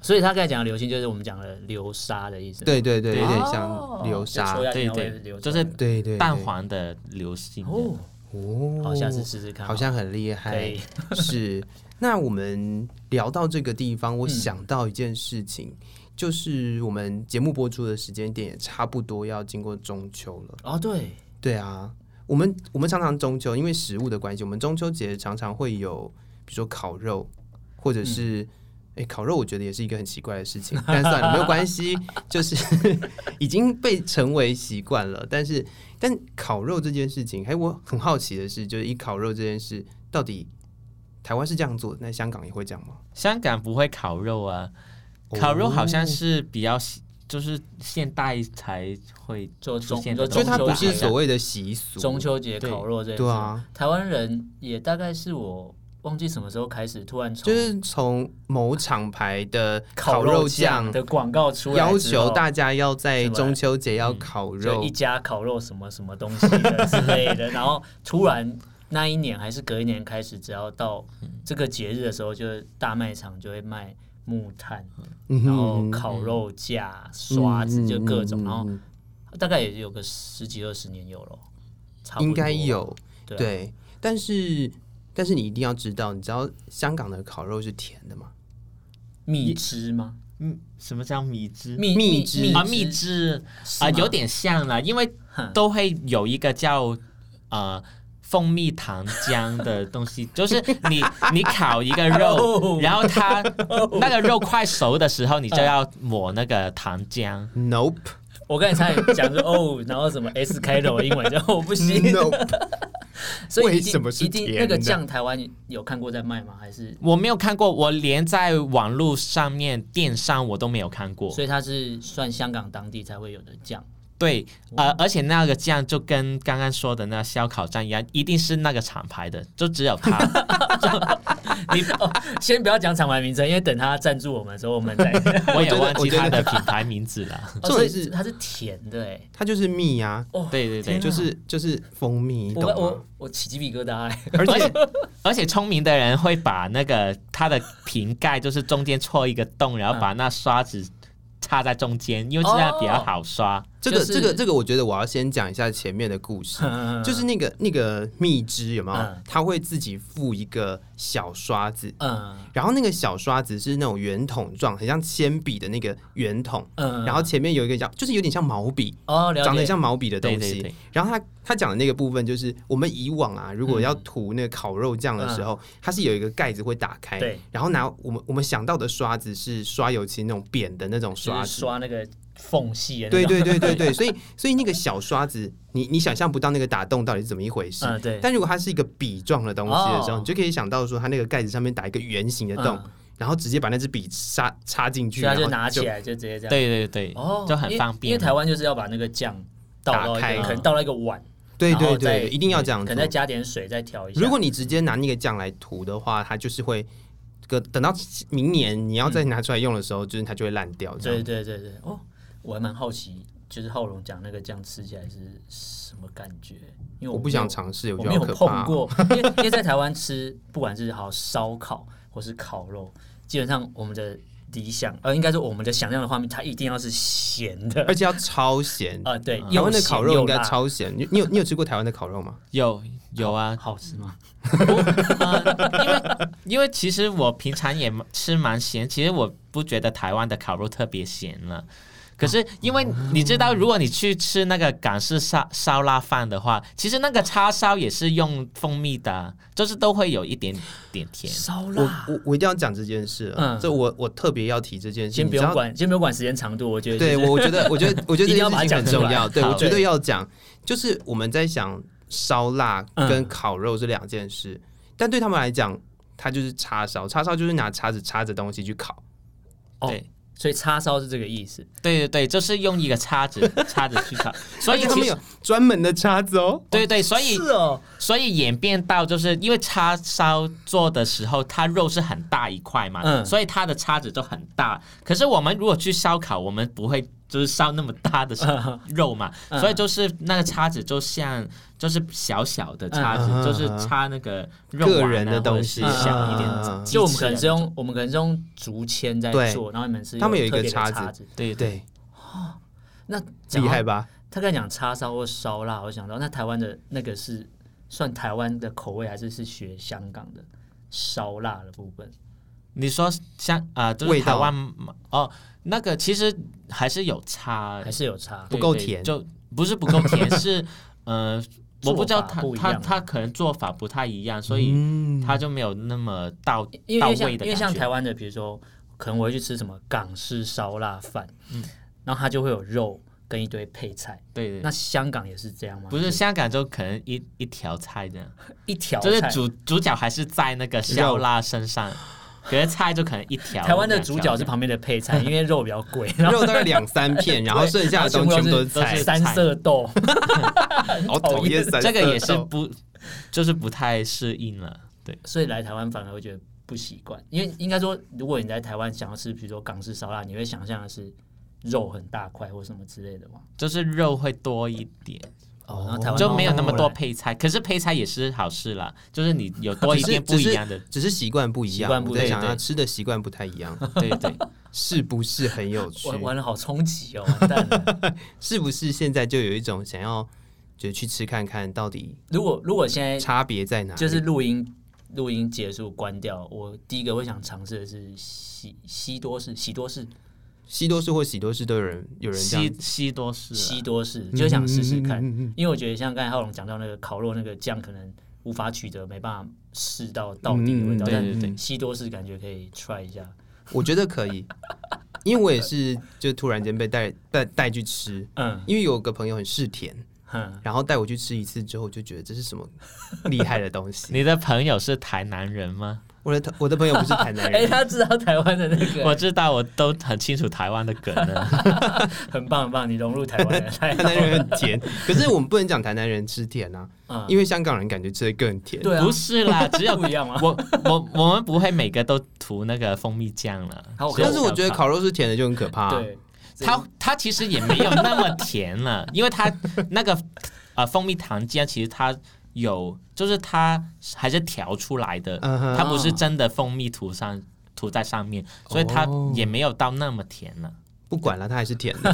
[SPEAKER 2] 所以他刚才讲的流星就是我们讲的流沙的意思，
[SPEAKER 5] 对对对，有点
[SPEAKER 2] 哦
[SPEAKER 5] 像流沙
[SPEAKER 2] 就抽，下去
[SPEAKER 1] 对
[SPEAKER 2] 然后会
[SPEAKER 1] 对
[SPEAKER 2] 流出
[SPEAKER 1] 就
[SPEAKER 2] 来
[SPEAKER 1] 是
[SPEAKER 2] 的
[SPEAKER 5] 对对对
[SPEAKER 1] 蛋黄的流心，
[SPEAKER 2] 哦，
[SPEAKER 5] 哦，
[SPEAKER 2] 好，下次试试看，哦
[SPEAKER 5] 好像很厉
[SPEAKER 2] 可
[SPEAKER 5] 害
[SPEAKER 2] 以，
[SPEAKER 5] 是。那我们聊到这个地方，我想到一件事情，就是我们节目播出的时间点也差不多要经过中秋了。
[SPEAKER 2] 哦，对，
[SPEAKER 5] 对啊，我们我们常常中秋，因为食物的关系，我们中秋节常常会有，比如说烤肉，或者是。
[SPEAKER 2] 嗯
[SPEAKER 5] 诶烤肉我觉得也是一个很奇怪的事情， 但算了，没有关系，就是已经被成为习惯了。但是，但烤肉这件事情，还我很好奇的是，就是以烤肉这件事，到底台湾是这样做，那香港也会这样吗？
[SPEAKER 1] 香港不会烤肉啊，
[SPEAKER 2] 哦
[SPEAKER 1] 烤肉好像是比较西就是现代才会
[SPEAKER 2] 做
[SPEAKER 1] 出
[SPEAKER 2] 中
[SPEAKER 1] 现
[SPEAKER 2] 做
[SPEAKER 1] 的
[SPEAKER 5] 就
[SPEAKER 1] 东西，
[SPEAKER 5] 是它不
[SPEAKER 2] 中秋节
[SPEAKER 5] 是所谓的习俗，
[SPEAKER 2] 中秋节
[SPEAKER 1] 对
[SPEAKER 2] 烤肉这件事，
[SPEAKER 5] 对啊，
[SPEAKER 2] 台湾人也大概是我忘记什么时候开始，突然从
[SPEAKER 5] 就是从某厂牌的
[SPEAKER 2] 烤
[SPEAKER 5] 肉
[SPEAKER 2] 酱
[SPEAKER 5] 酱
[SPEAKER 2] 的广告出来
[SPEAKER 5] 要
[SPEAKER 2] 之
[SPEAKER 5] 求
[SPEAKER 2] 后
[SPEAKER 5] 大家要在
[SPEAKER 2] 是吧
[SPEAKER 5] 中秋节要烤
[SPEAKER 2] 就
[SPEAKER 5] 肉
[SPEAKER 2] 一，家烤肉什么什么东西的之类的，然后突然那一年还是隔一年开始，只要到
[SPEAKER 5] 嗯
[SPEAKER 2] 这个节日的时候，就是大卖场就会卖木炭，
[SPEAKER 5] 嗯哼
[SPEAKER 2] 然后烤肉架、刷子，就各种，
[SPEAKER 5] 嗯嗯嗯
[SPEAKER 2] 然后
[SPEAKER 5] 嗯
[SPEAKER 2] 大概也有个十几二十年有了，差不多
[SPEAKER 5] 应该有
[SPEAKER 2] 对啊
[SPEAKER 5] 对，但是但是你一定要知道，你知道香港的烤肉是甜的吗？
[SPEAKER 2] 蜜汁吗？
[SPEAKER 1] 嗯，什么叫米汁？
[SPEAKER 2] 蜜
[SPEAKER 5] 蜜
[SPEAKER 2] 蜜
[SPEAKER 5] 汁
[SPEAKER 1] 啊，蜜汁
[SPEAKER 2] 是
[SPEAKER 1] 啊，
[SPEAKER 2] 吗
[SPEAKER 1] 有点像啦，因为
[SPEAKER 2] 哼
[SPEAKER 1] 都会有一个叫呃蜂蜜糖浆的东西，就是你 你烤一个
[SPEAKER 5] 哦
[SPEAKER 1] 肉，然后它那个肉快熟的时候，你就要抹那个糖浆。
[SPEAKER 5] Nope，
[SPEAKER 2] 我刚才差点讲说 哦，然后什么 S 开头的英文，然后我不行。
[SPEAKER 5] Nope，
[SPEAKER 2] 所以一
[SPEAKER 5] 为
[SPEAKER 2] 定
[SPEAKER 5] 什么是
[SPEAKER 2] 一定
[SPEAKER 5] 甜
[SPEAKER 2] 那个
[SPEAKER 5] 的
[SPEAKER 2] 酱台湾有看过在卖吗？还是
[SPEAKER 1] 我没有看过，我连在网络上面电商我都没有看过
[SPEAKER 2] 所。以它是算香港当地才会有的 酱。
[SPEAKER 1] 对，呃，而且那个酱就跟刚刚说的那烧烤酱一样，一定是那个厂牌的，就只有 它。
[SPEAKER 2] 你哦，先不要讲厂牌名称，因为等他赞助我们的时候，我们 再。
[SPEAKER 1] 我也
[SPEAKER 5] 我觉得
[SPEAKER 1] 忘记
[SPEAKER 5] 我觉
[SPEAKER 1] 它
[SPEAKER 5] 得
[SPEAKER 1] 的品牌名字 了。
[SPEAKER 2] 哦、
[SPEAKER 5] 重
[SPEAKER 2] 所
[SPEAKER 5] 点
[SPEAKER 2] 以
[SPEAKER 5] 是
[SPEAKER 2] 它是甜的哎。
[SPEAKER 5] 它就是蜜啊，
[SPEAKER 2] 哦，
[SPEAKER 1] 对对对
[SPEAKER 2] 天啊
[SPEAKER 5] 就是就是蜂蜜，你
[SPEAKER 2] 我
[SPEAKER 5] 懂吗？
[SPEAKER 2] 我我起鸡皮疙瘩哎。
[SPEAKER 1] 而且而且聪明的人会把那个它的瓶盖就是中间戳一个洞，然后把那刷子插在中间，因为这样比较好刷。
[SPEAKER 5] 这个
[SPEAKER 2] 就是
[SPEAKER 5] 这个这个，我觉得我要先讲一下前面的 故事，
[SPEAKER 2] 欸
[SPEAKER 5] 就是那个那个蜜汁有没有
[SPEAKER 2] 嗯？
[SPEAKER 5] 它会自己附一个小刷子，
[SPEAKER 2] 嗯
[SPEAKER 5] 然后那个小刷子是那种圆筒状，很像铅笔的那个圆筒，
[SPEAKER 2] 嗯，
[SPEAKER 5] 然后前面有一个叫，就是有点像毛笔，
[SPEAKER 2] 哦，了解
[SPEAKER 5] 长得像毛笔的东西。
[SPEAKER 1] 对对对
[SPEAKER 5] 然后他他讲的那个部分，就是我们以往啊，如果
[SPEAKER 2] 嗯
[SPEAKER 5] 要涂那个烤肉酱的时候，它是有一个盖子会打开，
[SPEAKER 2] 对，
[SPEAKER 5] 然后拿我们我们想到的刷子是刷油漆那种扁的那种
[SPEAKER 2] 就
[SPEAKER 5] 刷
[SPEAKER 2] 是
[SPEAKER 5] 子，
[SPEAKER 2] 刷那个缝隙欸的那
[SPEAKER 5] 对
[SPEAKER 2] 种。
[SPEAKER 5] 对对对对，所以所以那个小刷子，你你想象不到那个打洞到底是怎么一回事。
[SPEAKER 2] 嗯对
[SPEAKER 5] 但如果它是一个笔状的东西的时
[SPEAKER 2] 哦
[SPEAKER 5] 候，你就可以想到说，它那个盖子上面打一个圆形的洞，
[SPEAKER 2] 嗯
[SPEAKER 5] 然后直接把那支笔插插进去，
[SPEAKER 2] 所以他
[SPEAKER 5] 然
[SPEAKER 2] 就
[SPEAKER 5] 后
[SPEAKER 2] 拿起来就直接这样。
[SPEAKER 1] 对对对，
[SPEAKER 2] 哦，
[SPEAKER 1] 就很方
[SPEAKER 2] 因为。因为
[SPEAKER 1] 便。啊
[SPEAKER 2] 台湾就是要把那个酱倒到一
[SPEAKER 5] 打开
[SPEAKER 2] 个，可能倒到一个碗，
[SPEAKER 5] 对
[SPEAKER 2] 然
[SPEAKER 5] 对
[SPEAKER 2] 后再
[SPEAKER 5] 对，一定要这样
[SPEAKER 2] 可
[SPEAKER 5] 做
[SPEAKER 2] 能。再加点水，再调一下。
[SPEAKER 5] 如果你直接拿那个酱来涂的话，它就是会。隔等到明年你要再拿出来用的时候，就是它就会烂掉。这
[SPEAKER 2] 对
[SPEAKER 5] 样
[SPEAKER 2] 对对对，哦，我还蛮好奇，就是浩龙讲那个酱吃起来是什么感觉？因为
[SPEAKER 5] 我
[SPEAKER 2] 我
[SPEAKER 5] 不
[SPEAKER 2] 没
[SPEAKER 5] 想
[SPEAKER 2] 有，
[SPEAKER 5] 尝试，
[SPEAKER 2] 我
[SPEAKER 5] 觉
[SPEAKER 2] 没
[SPEAKER 5] 得
[SPEAKER 2] 有
[SPEAKER 5] 好可
[SPEAKER 2] 碰
[SPEAKER 5] 怕哦。
[SPEAKER 2] 过， 因为因为在台湾吃，不管是好烧烤或是烤肉，基本上我们的理想，呃，应该说我们的想象的画面，它一定要是咸的，
[SPEAKER 5] 而且要超咸。
[SPEAKER 2] 呃，对，
[SPEAKER 5] 嗯台
[SPEAKER 2] 又
[SPEAKER 5] 湾的
[SPEAKER 2] 咸
[SPEAKER 5] 烤肉
[SPEAKER 2] 又
[SPEAKER 5] 应该
[SPEAKER 2] 辣
[SPEAKER 5] 超咸。你你有你有吃过台湾的烤肉吗？
[SPEAKER 1] 有有啊，
[SPEAKER 2] 好吃 吗？
[SPEAKER 1] 因为其实我平常也蛮吃蛮咸，其实我不觉得台湾的烤肉特别咸了。可
[SPEAKER 2] 哦
[SPEAKER 1] 是因为你知道，如果你去吃那个港式烧烧腊饭的话，其实那个叉烧也是用蜂蜜的，啊就是都会有一点点甜。
[SPEAKER 2] 烧
[SPEAKER 5] 我
[SPEAKER 2] 腊，
[SPEAKER 5] 我我一定要讲这件事啊，
[SPEAKER 2] 嗯
[SPEAKER 5] 这我我特别要提这件事。
[SPEAKER 2] 先
[SPEAKER 5] 你
[SPEAKER 2] 不
[SPEAKER 5] 知道
[SPEAKER 2] 用管，先不用管时间长度，我觉得
[SPEAKER 5] 对，
[SPEAKER 2] 就是
[SPEAKER 5] 我我觉得，我觉得，我觉 得
[SPEAKER 2] 一定
[SPEAKER 5] 这
[SPEAKER 2] 要把
[SPEAKER 5] 件
[SPEAKER 2] 它
[SPEAKER 5] 事情很
[SPEAKER 2] 讲出
[SPEAKER 5] 重
[SPEAKER 2] 来
[SPEAKER 5] 要，对我
[SPEAKER 1] 好
[SPEAKER 5] 绝
[SPEAKER 2] 对
[SPEAKER 5] 对要讲。就是我们在想烧腊跟
[SPEAKER 2] 嗯
[SPEAKER 5] 烤肉这两件事，但对他们来讲，它就是叉烧，叉烧就是拿叉子插着东西去烤。
[SPEAKER 2] 哦
[SPEAKER 1] 对
[SPEAKER 2] 所以叉烧是这个意思。
[SPEAKER 1] 对对对，就是用一个叉 子叉子去烤，所
[SPEAKER 5] 而
[SPEAKER 1] 以
[SPEAKER 5] 且他
[SPEAKER 1] 其
[SPEAKER 5] 们
[SPEAKER 1] 实
[SPEAKER 5] 有专门的叉子哦，
[SPEAKER 1] 对对，所以
[SPEAKER 2] 是 哦，
[SPEAKER 1] 所以演变到就是因为叉烧做的时候，它肉是很大一块嘛，
[SPEAKER 2] 嗯
[SPEAKER 1] 所以它的叉子就很大。可是我们如果去烧烤，我们不会就是烧那么大的肉嘛，
[SPEAKER 2] 嗯
[SPEAKER 1] 所以就是那个叉子就像就是小小的叉子，
[SPEAKER 5] 嗯
[SPEAKER 1] 就是插那个肉
[SPEAKER 5] 个
[SPEAKER 1] 丸啊
[SPEAKER 5] 人的东西
[SPEAKER 1] 或者是小一点
[SPEAKER 5] 嗯嗯
[SPEAKER 1] 的
[SPEAKER 5] 嗯嗯
[SPEAKER 1] 鸡翅啊，
[SPEAKER 2] 就我们可能是用我们可能是用竹签在
[SPEAKER 5] 对
[SPEAKER 2] 做，然后你们是
[SPEAKER 5] 他们有一
[SPEAKER 2] 特
[SPEAKER 5] 个
[SPEAKER 2] 别的
[SPEAKER 5] 叉
[SPEAKER 2] 叉
[SPEAKER 5] 子
[SPEAKER 2] 子。
[SPEAKER 1] 对对。
[SPEAKER 5] 对，
[SPEAKER 2] 那
[SPEAKER 5] 厉害
[SPEAKER 2] 吧？
[SPEAKER 5] 吧？
[SPEAKER 2] 他刚才讲叉烧或烧腊，我想到那台湾的那个是算台湾的口味，还是是学香港的烧腊的部分？
[SPEAKER 1] 你说像啊、就是
[SPEAKER 5] 味道
[SPEAKER 1] 台湾嘛哦，那个其实还是有差，
[SPEAKER 2] 还是有差？
[SPEAKER 1] 对
[SPEAKER 5] 不够
[SPEAKER 1] 对
[SPEAKER 5] 甜
[SPEAKER 1] 就不是不够甜，是呃，我不知道
[SPEAKER 2] 做法
[SPEAKER 1] 他
[SPEAKER 2] 不一
[SPEAKER 1] 他
[SPEAKER 2] 样
[SPEAKER 1] 他可能做法不太一样，所以
[SPEAKER 5] 嗯，
[SPEAKER 1] 他就没有那么到
[SPEAKER 2] 因为
[SPEAKER 1] 到
[SPEAKER 2] 因为像
[SPEAKER 1] 位的
[SPEAKER 2] 因为像
[SPEAKER 1] 感
[SPEAKER 2] 台
[SPEAKER 1] 觉。
[SPEAKER 2] 湾的，比如说可能我会去吃什么港式烧腊饭，然后它就会有肉跟一堆配菜。
[SPEAKER 1] 对嗯对
[SPEAKER 2] 那
[SPEAKER 1] 对，
[SPEAKER 2] 香港也是这样吗？
[SPEAKER 1] 不是香港就可能一一条菜这样，
[SPEAKER 2] 一条菜，
[SPEAKER 1] 就是主主角还是在那个
[SPEAKER 5] 肉
[SPEAKER 1] 香辣身上，可是菜就可能一条。
[SPEAKER 2] 台湾的
[SPEAKER 1] 两条
[SPEAKER 2] 主角是
[SPEAKER 1] 这样
[SPEAKER 2] 旁边的配菜，因为肉比较贵，然后
[SPEAKER 5] 肉大概两三 片，然后剩下的东西全部都是菜，
[SPEAKER 2] 三色豆，
[SPEAKER 5] 好讨厌三色
[SPEAKER 1] 这个也是
[SPEAKER 5] 豆
[SPEAKER 1] 不就是不太适应了。对，
[SPEAKER 2] 所以来台湾反而会觉得不习惯，因为应该说，如果你在台湾想要吃，比如说港式烧腊，你会想象的是肉很大块或什么之类的嘛？
[SPEAKER 1] 就是肉会多一点，
[SPEAKER 2] 哦，然后台湾
[SPEAKER 1] 就没有那么多配菜。可是配菜也是好事啦，就是你有多一
[SPEAKER 5] 只是
[SPEAKER 1] 点不一样的。
[SPEAKER 5] 只是习惯不一
[SPEAKER 2] 习
[SPEAKER 5] 样。
[SPEAKER 2] 惯不
[SPEAKER 5] 我在
[SPEAKER 2] 对
[SPEAKER 5] 想
[SPEAKER 2] 对
[SPEAKER 5] 他吃的习惯不太一 样，
[SPEAKER 1] 对对，
[SPEAKER 5] 是不是很有趣？
[SPEAKER 2] 玩玩的好冲击哦，完蛋了！
[SPEAKER 5] 是不是现在就有一种想要就去吃看看到底
[SPEAKER 2] 如果如果现在
[SPEAKER 5] 差别在哪里？
[SPEAKER 2] 就是录音录音结束关掉，我第一个会想尝试的是西西多士，西多士，
[SPEAKER 5] 西多士或喜多士都有人有人这样
[SPEAKER 1] 西西多士啊，
[SPEAKER 2] 西多士，就想试试看
[SPEAKER 5] 嗯嗯嗯嗯嗯，
[SPEAKER 2] 因为我觉得像刚才浩龙讲到那个烤肉那个酱可能无法取得，没办法试到到底的味道
[SPEAKER 5] 嗯，嗯嗯
[SPEAKER 1] 对对对
[SPEAKER 2] 但西多士感觉可以 try 一下，
[SPEAKER 5] 我觉得可 以，因为我也是就突然间被带带带去吃，
[SPEAKER 2] 嗯
[SPEAKER 5] 因为有个朋友很嗜甜，
[SPEAKER 2] 哼，
[SPEAKER 5] 然后带我去吃一次之后，我就觉得这是什么厉害的 东西。
[SPEAKER 1] 你的朋友是台南人吗？
[SPEAKER 5] 我的我的朋友不是台南
[SPEAKER 2] 哎、
[SPEAKER 5] 人，
[SPEAKER 2] 他知道台湾的那个，
[SPEAKER 1] 我知道，我都很清楚台湾的梗呢。
[SPEAKER 2] 很棒很棒，你融入台湾人，太
[SPEAKER 5] 台
[SPEAKER 2] 好
[SPEAKER 5] 南人很甜，可是我们不能讲台南人吃甜啊，
[SPEAKER 2] 嗯
[SPEAKER 5] 因为香港人感觉吃的更甜。
[SPEAKER 2] 对啊
[SPEAKER 1] 不，是啦，只有
[SPEAKER 2] 不一样吗
[SPEAKER 1] 我我我们不会每个都涂那个蜂蜜酱了。
[SPEAKER 2] 好我
[SPEAKER 1] 只有
[SPEAKER 5] 但是我觉得
[SPEAKER 1] 小
[SPEAKER 5] 烤肉是甜的就很可怕、啊。
[SPEAKER 2] 对，
[SPEAKER 1] 它它其实也没有那么甜了，因为它那个呃蜂蜜糖浆其实它有，就是它还是调出来的，
[SPEAKER 5] 嗯哼
[SPEAKER 1] 它不是真的蜂蜜涂上涂在上面，所以它
[SPEAKER 5] 哦
[SPEAKER 1] 也没有到那么甜了。
[SPEAKER 5] 不管了，它还是甜 的。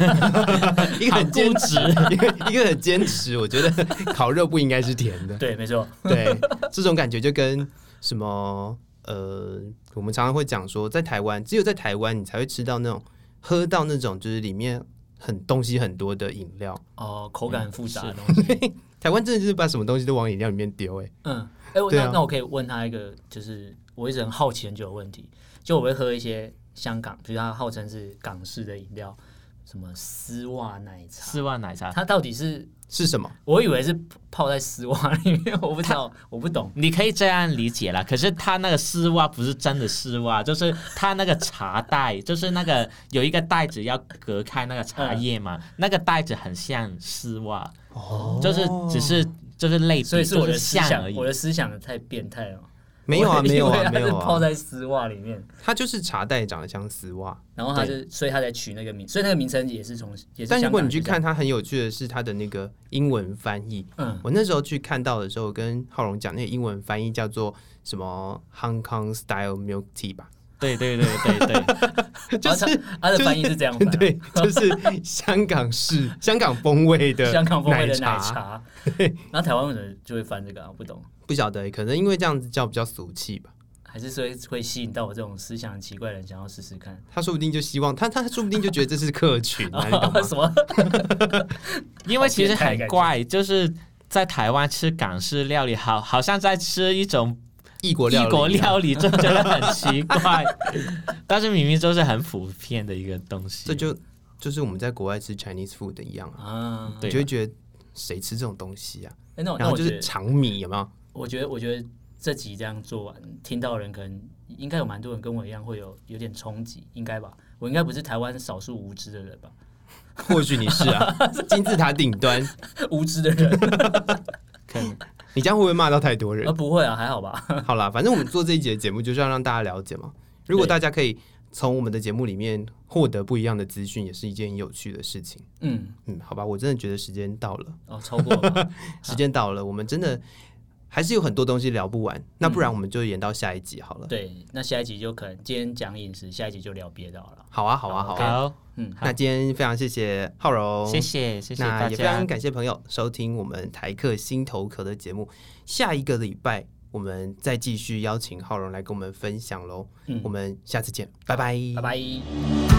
[SPEAKER 5] 一个很坚持， 一个一个很坚持。我觉得烤肉不应该是甜 的。
[SPEAKER 2] 对，没错，
[SPEAKER 5] 对，这种感觉就跟什么呃，我们常常会讲说，在台湾，只有在台湾你才会吃到那种喝到那种就是里面很东西很多的饮料。
[SPEAKER 2] 哦、口感很复杂的东西，
[SPEAKER 5] 台湾真的就是把什么东西都往饮料里面丢、欸，
[SPEAKER 2] 嗯，哎、我
[SPEAKER 5] 对
[SPEAKER 2] 那、
[SPEAKER 5] 啊
[SPEAKER 2] 那我可以问他一个，就是我一直很好奇很久的问题，就我会喝一些香港，比如他号称是港式的饮料，什么丝袜奶茶，
[SPEAKER 1] 丝袜奶茶，
[SPEAKER 2] 它到底是？
[SPEAKER 5] 是什么？
[SPEAKER 2] 我以为是泡在丝袜里面，我不知道，我不懂。
[SPEAKER 1] 你可以这样理解啦，可是它那个丝袜不是真的丝袜，就是它那个茶袋，就是那个有一个袋子要隔开那个茶
[SPEAKER 5] 嗯
[SPEAKER 1] 叶嘛，那个袋子很像丝袜，
[SPEAKER 5] 哦
[SPEAKER 1] 就是只是就是类比，
[SPEAKER 2] 所以是我
[SPEAKER 1] 就
[SPEAKER 2] 的
[SPEAKER 1] 是
[SPEAKER 2] 思
[SPEAKER 1] 像而
[SPEAKER 2] 想，
[SPEAKER 1] 已
[SPEAKER 2] 我。的思想太变态了。
[SPEAKER 5] 没有啊，
[SPEAKER 2] 我以为
[SPEAKER 5] 没有啊，
[SPEAKER 2] 它
[SPEAKER 5] 没
[SPEAKER 2] 是
[SPEAKER 5] 有
[SPEAKER 2] 泡
[SPEAKER 5] 啊，
[SPEAKER 2] 在丝袜里面，
[SPEAKER 5] 它就是茶袋长得像丝袜。
[SPEAKER 2] 然后他就，所以他才取那个名，所以那个名称也是从，也是
[SPEAKER 5] 但如
[SPEAKER 2] 香
[SPEAKER 5] 果
[SPEAKER 2] 港人
[SPEAKER 5] 你去
[SPEAKER 2] 去
[SPEAKER 5] 看它，很有趣的是它的那个英文翻译。
[SPEAKER 2] 嗯，
[SPEAKER 5] 我那时候去看到的时候，跟浩荣讲，那个英文翻译叫做什么 “Hong Kong Style Milk Tea” 吧，
[SPEAKER 1] 对对对对对，
[SPEAKER 2] 哦
[SPEAKER 5] 就是
[SPEAKER 2] 它的
[SPEAKER 5] 就是
[SPEAKER 2] 翻译是这样翻啊
[SPEAKER 5] 对，就是香港式、香港风味的
[SPEAKER 2] 香港风味的奶
[SPEAKER 5] 奶
[SPEAKER 2] 茶，然后台湾为什么就会翻这个、啊？我不懂，
[SPEAKER 5] 不晓得，可能因为这样子叫比较俗气吧。
[SPEAKER 2] 还是说会吸引到我这种思想很奇怪的人，想要试试看？
[SPEAKER 5] 他说不定就希望他他说不定就觉得这是客群 啊，你懂吗？
[SPEAKER 2] 什么？
[SPEAKER 1] 因为其实很怪，就是在台湾吃港式料理，好好像在吃一种
[SPEAKER 5] 异国 料
[SPEAKER 1] 异
[SPEAKER 5] 理，啊
[SPEAKER 1] 国料理，就觉得很奇怪。 但是明明就是很普遍的一个东西，
[SPEAKER 5] 这就就是我们在国外吃 Chinese food 的一样啊，
[SPEAKER 2] 啊？
[SPEAKER 1] 对
[SPEAKER 5] 你就会觉得谁吃这种东西啊？
[SPEAKER 2] 哎、那我那
[SPEAKER 5] 然后
[SPEAKER 2] 我
[SPEAKER 5] 就
[SPEAKER 2] 觉
[SPEAKER 5] 是
[SPEAKER 2] 得，
[SPEAKER 5] 长米有没有？
[SPEAKER 2] 我觉得，我觉得这集这样做完，听到的人可能应该有蛮多人跟我一样会有有点冲击，应该吧？我应该不是台湾少数无知的人吧？
[SPEAKER 5] 或许你是啊，金字塔顶端，
[SPEAKER 2] 无知的人
[SPEAKER 1] 可能
[SPEAKER 5] 你这样会不会骂到太多 人
[SPEAKER 2] 啊，？不会啊，还好 吧？
[SPEAKER 5] 好啦，反正我们做这一节节目就是要让大家了解嘛。如果
[SPEAKER 2] 对
[SPEAKER 5] 大家可以从我们的节目里面获得不一样的资讯，也是一件很有趣的事情。
[SPEAKER 2] 嗯，
[SPEAKER 5] 嗯，好吧，我真的觉得时间到了，
[SPEAKER 2] 哦，超过了吧
[SPEAKER 5] 时间到了，我们真的还是有很多东西聊不完。那不然我们就延到下一集好了。，
[SPEAKER 2] 对，那下一集就可能今天讲饮食，下一集就聊别的好了。
[SPEAKER 5] 好啊，好啊，好啊。
[SPEAKER 1] 好，
[SPEAKER 2] 嗯，
[SPEAKER 5] 那今天非常谢谢浩荣，
[SPEAKER 1] 谢谢谢谢
[SPEAKER 5] 那
[SPEAKER 1] 大
[SPEAKER 5] 也非常
[SPEAKER 1] 家，
[SPEAKER 5] 感谢朋友收听我们台客心头壳的节目。下一个礼拜我们再继续邀请浩荣来跟我们分享喽。
[SPEAKER 2] 嗯
[SPEAKER 5] 我们下次见，拜拜，
[SPEAKER 2] 拜拜。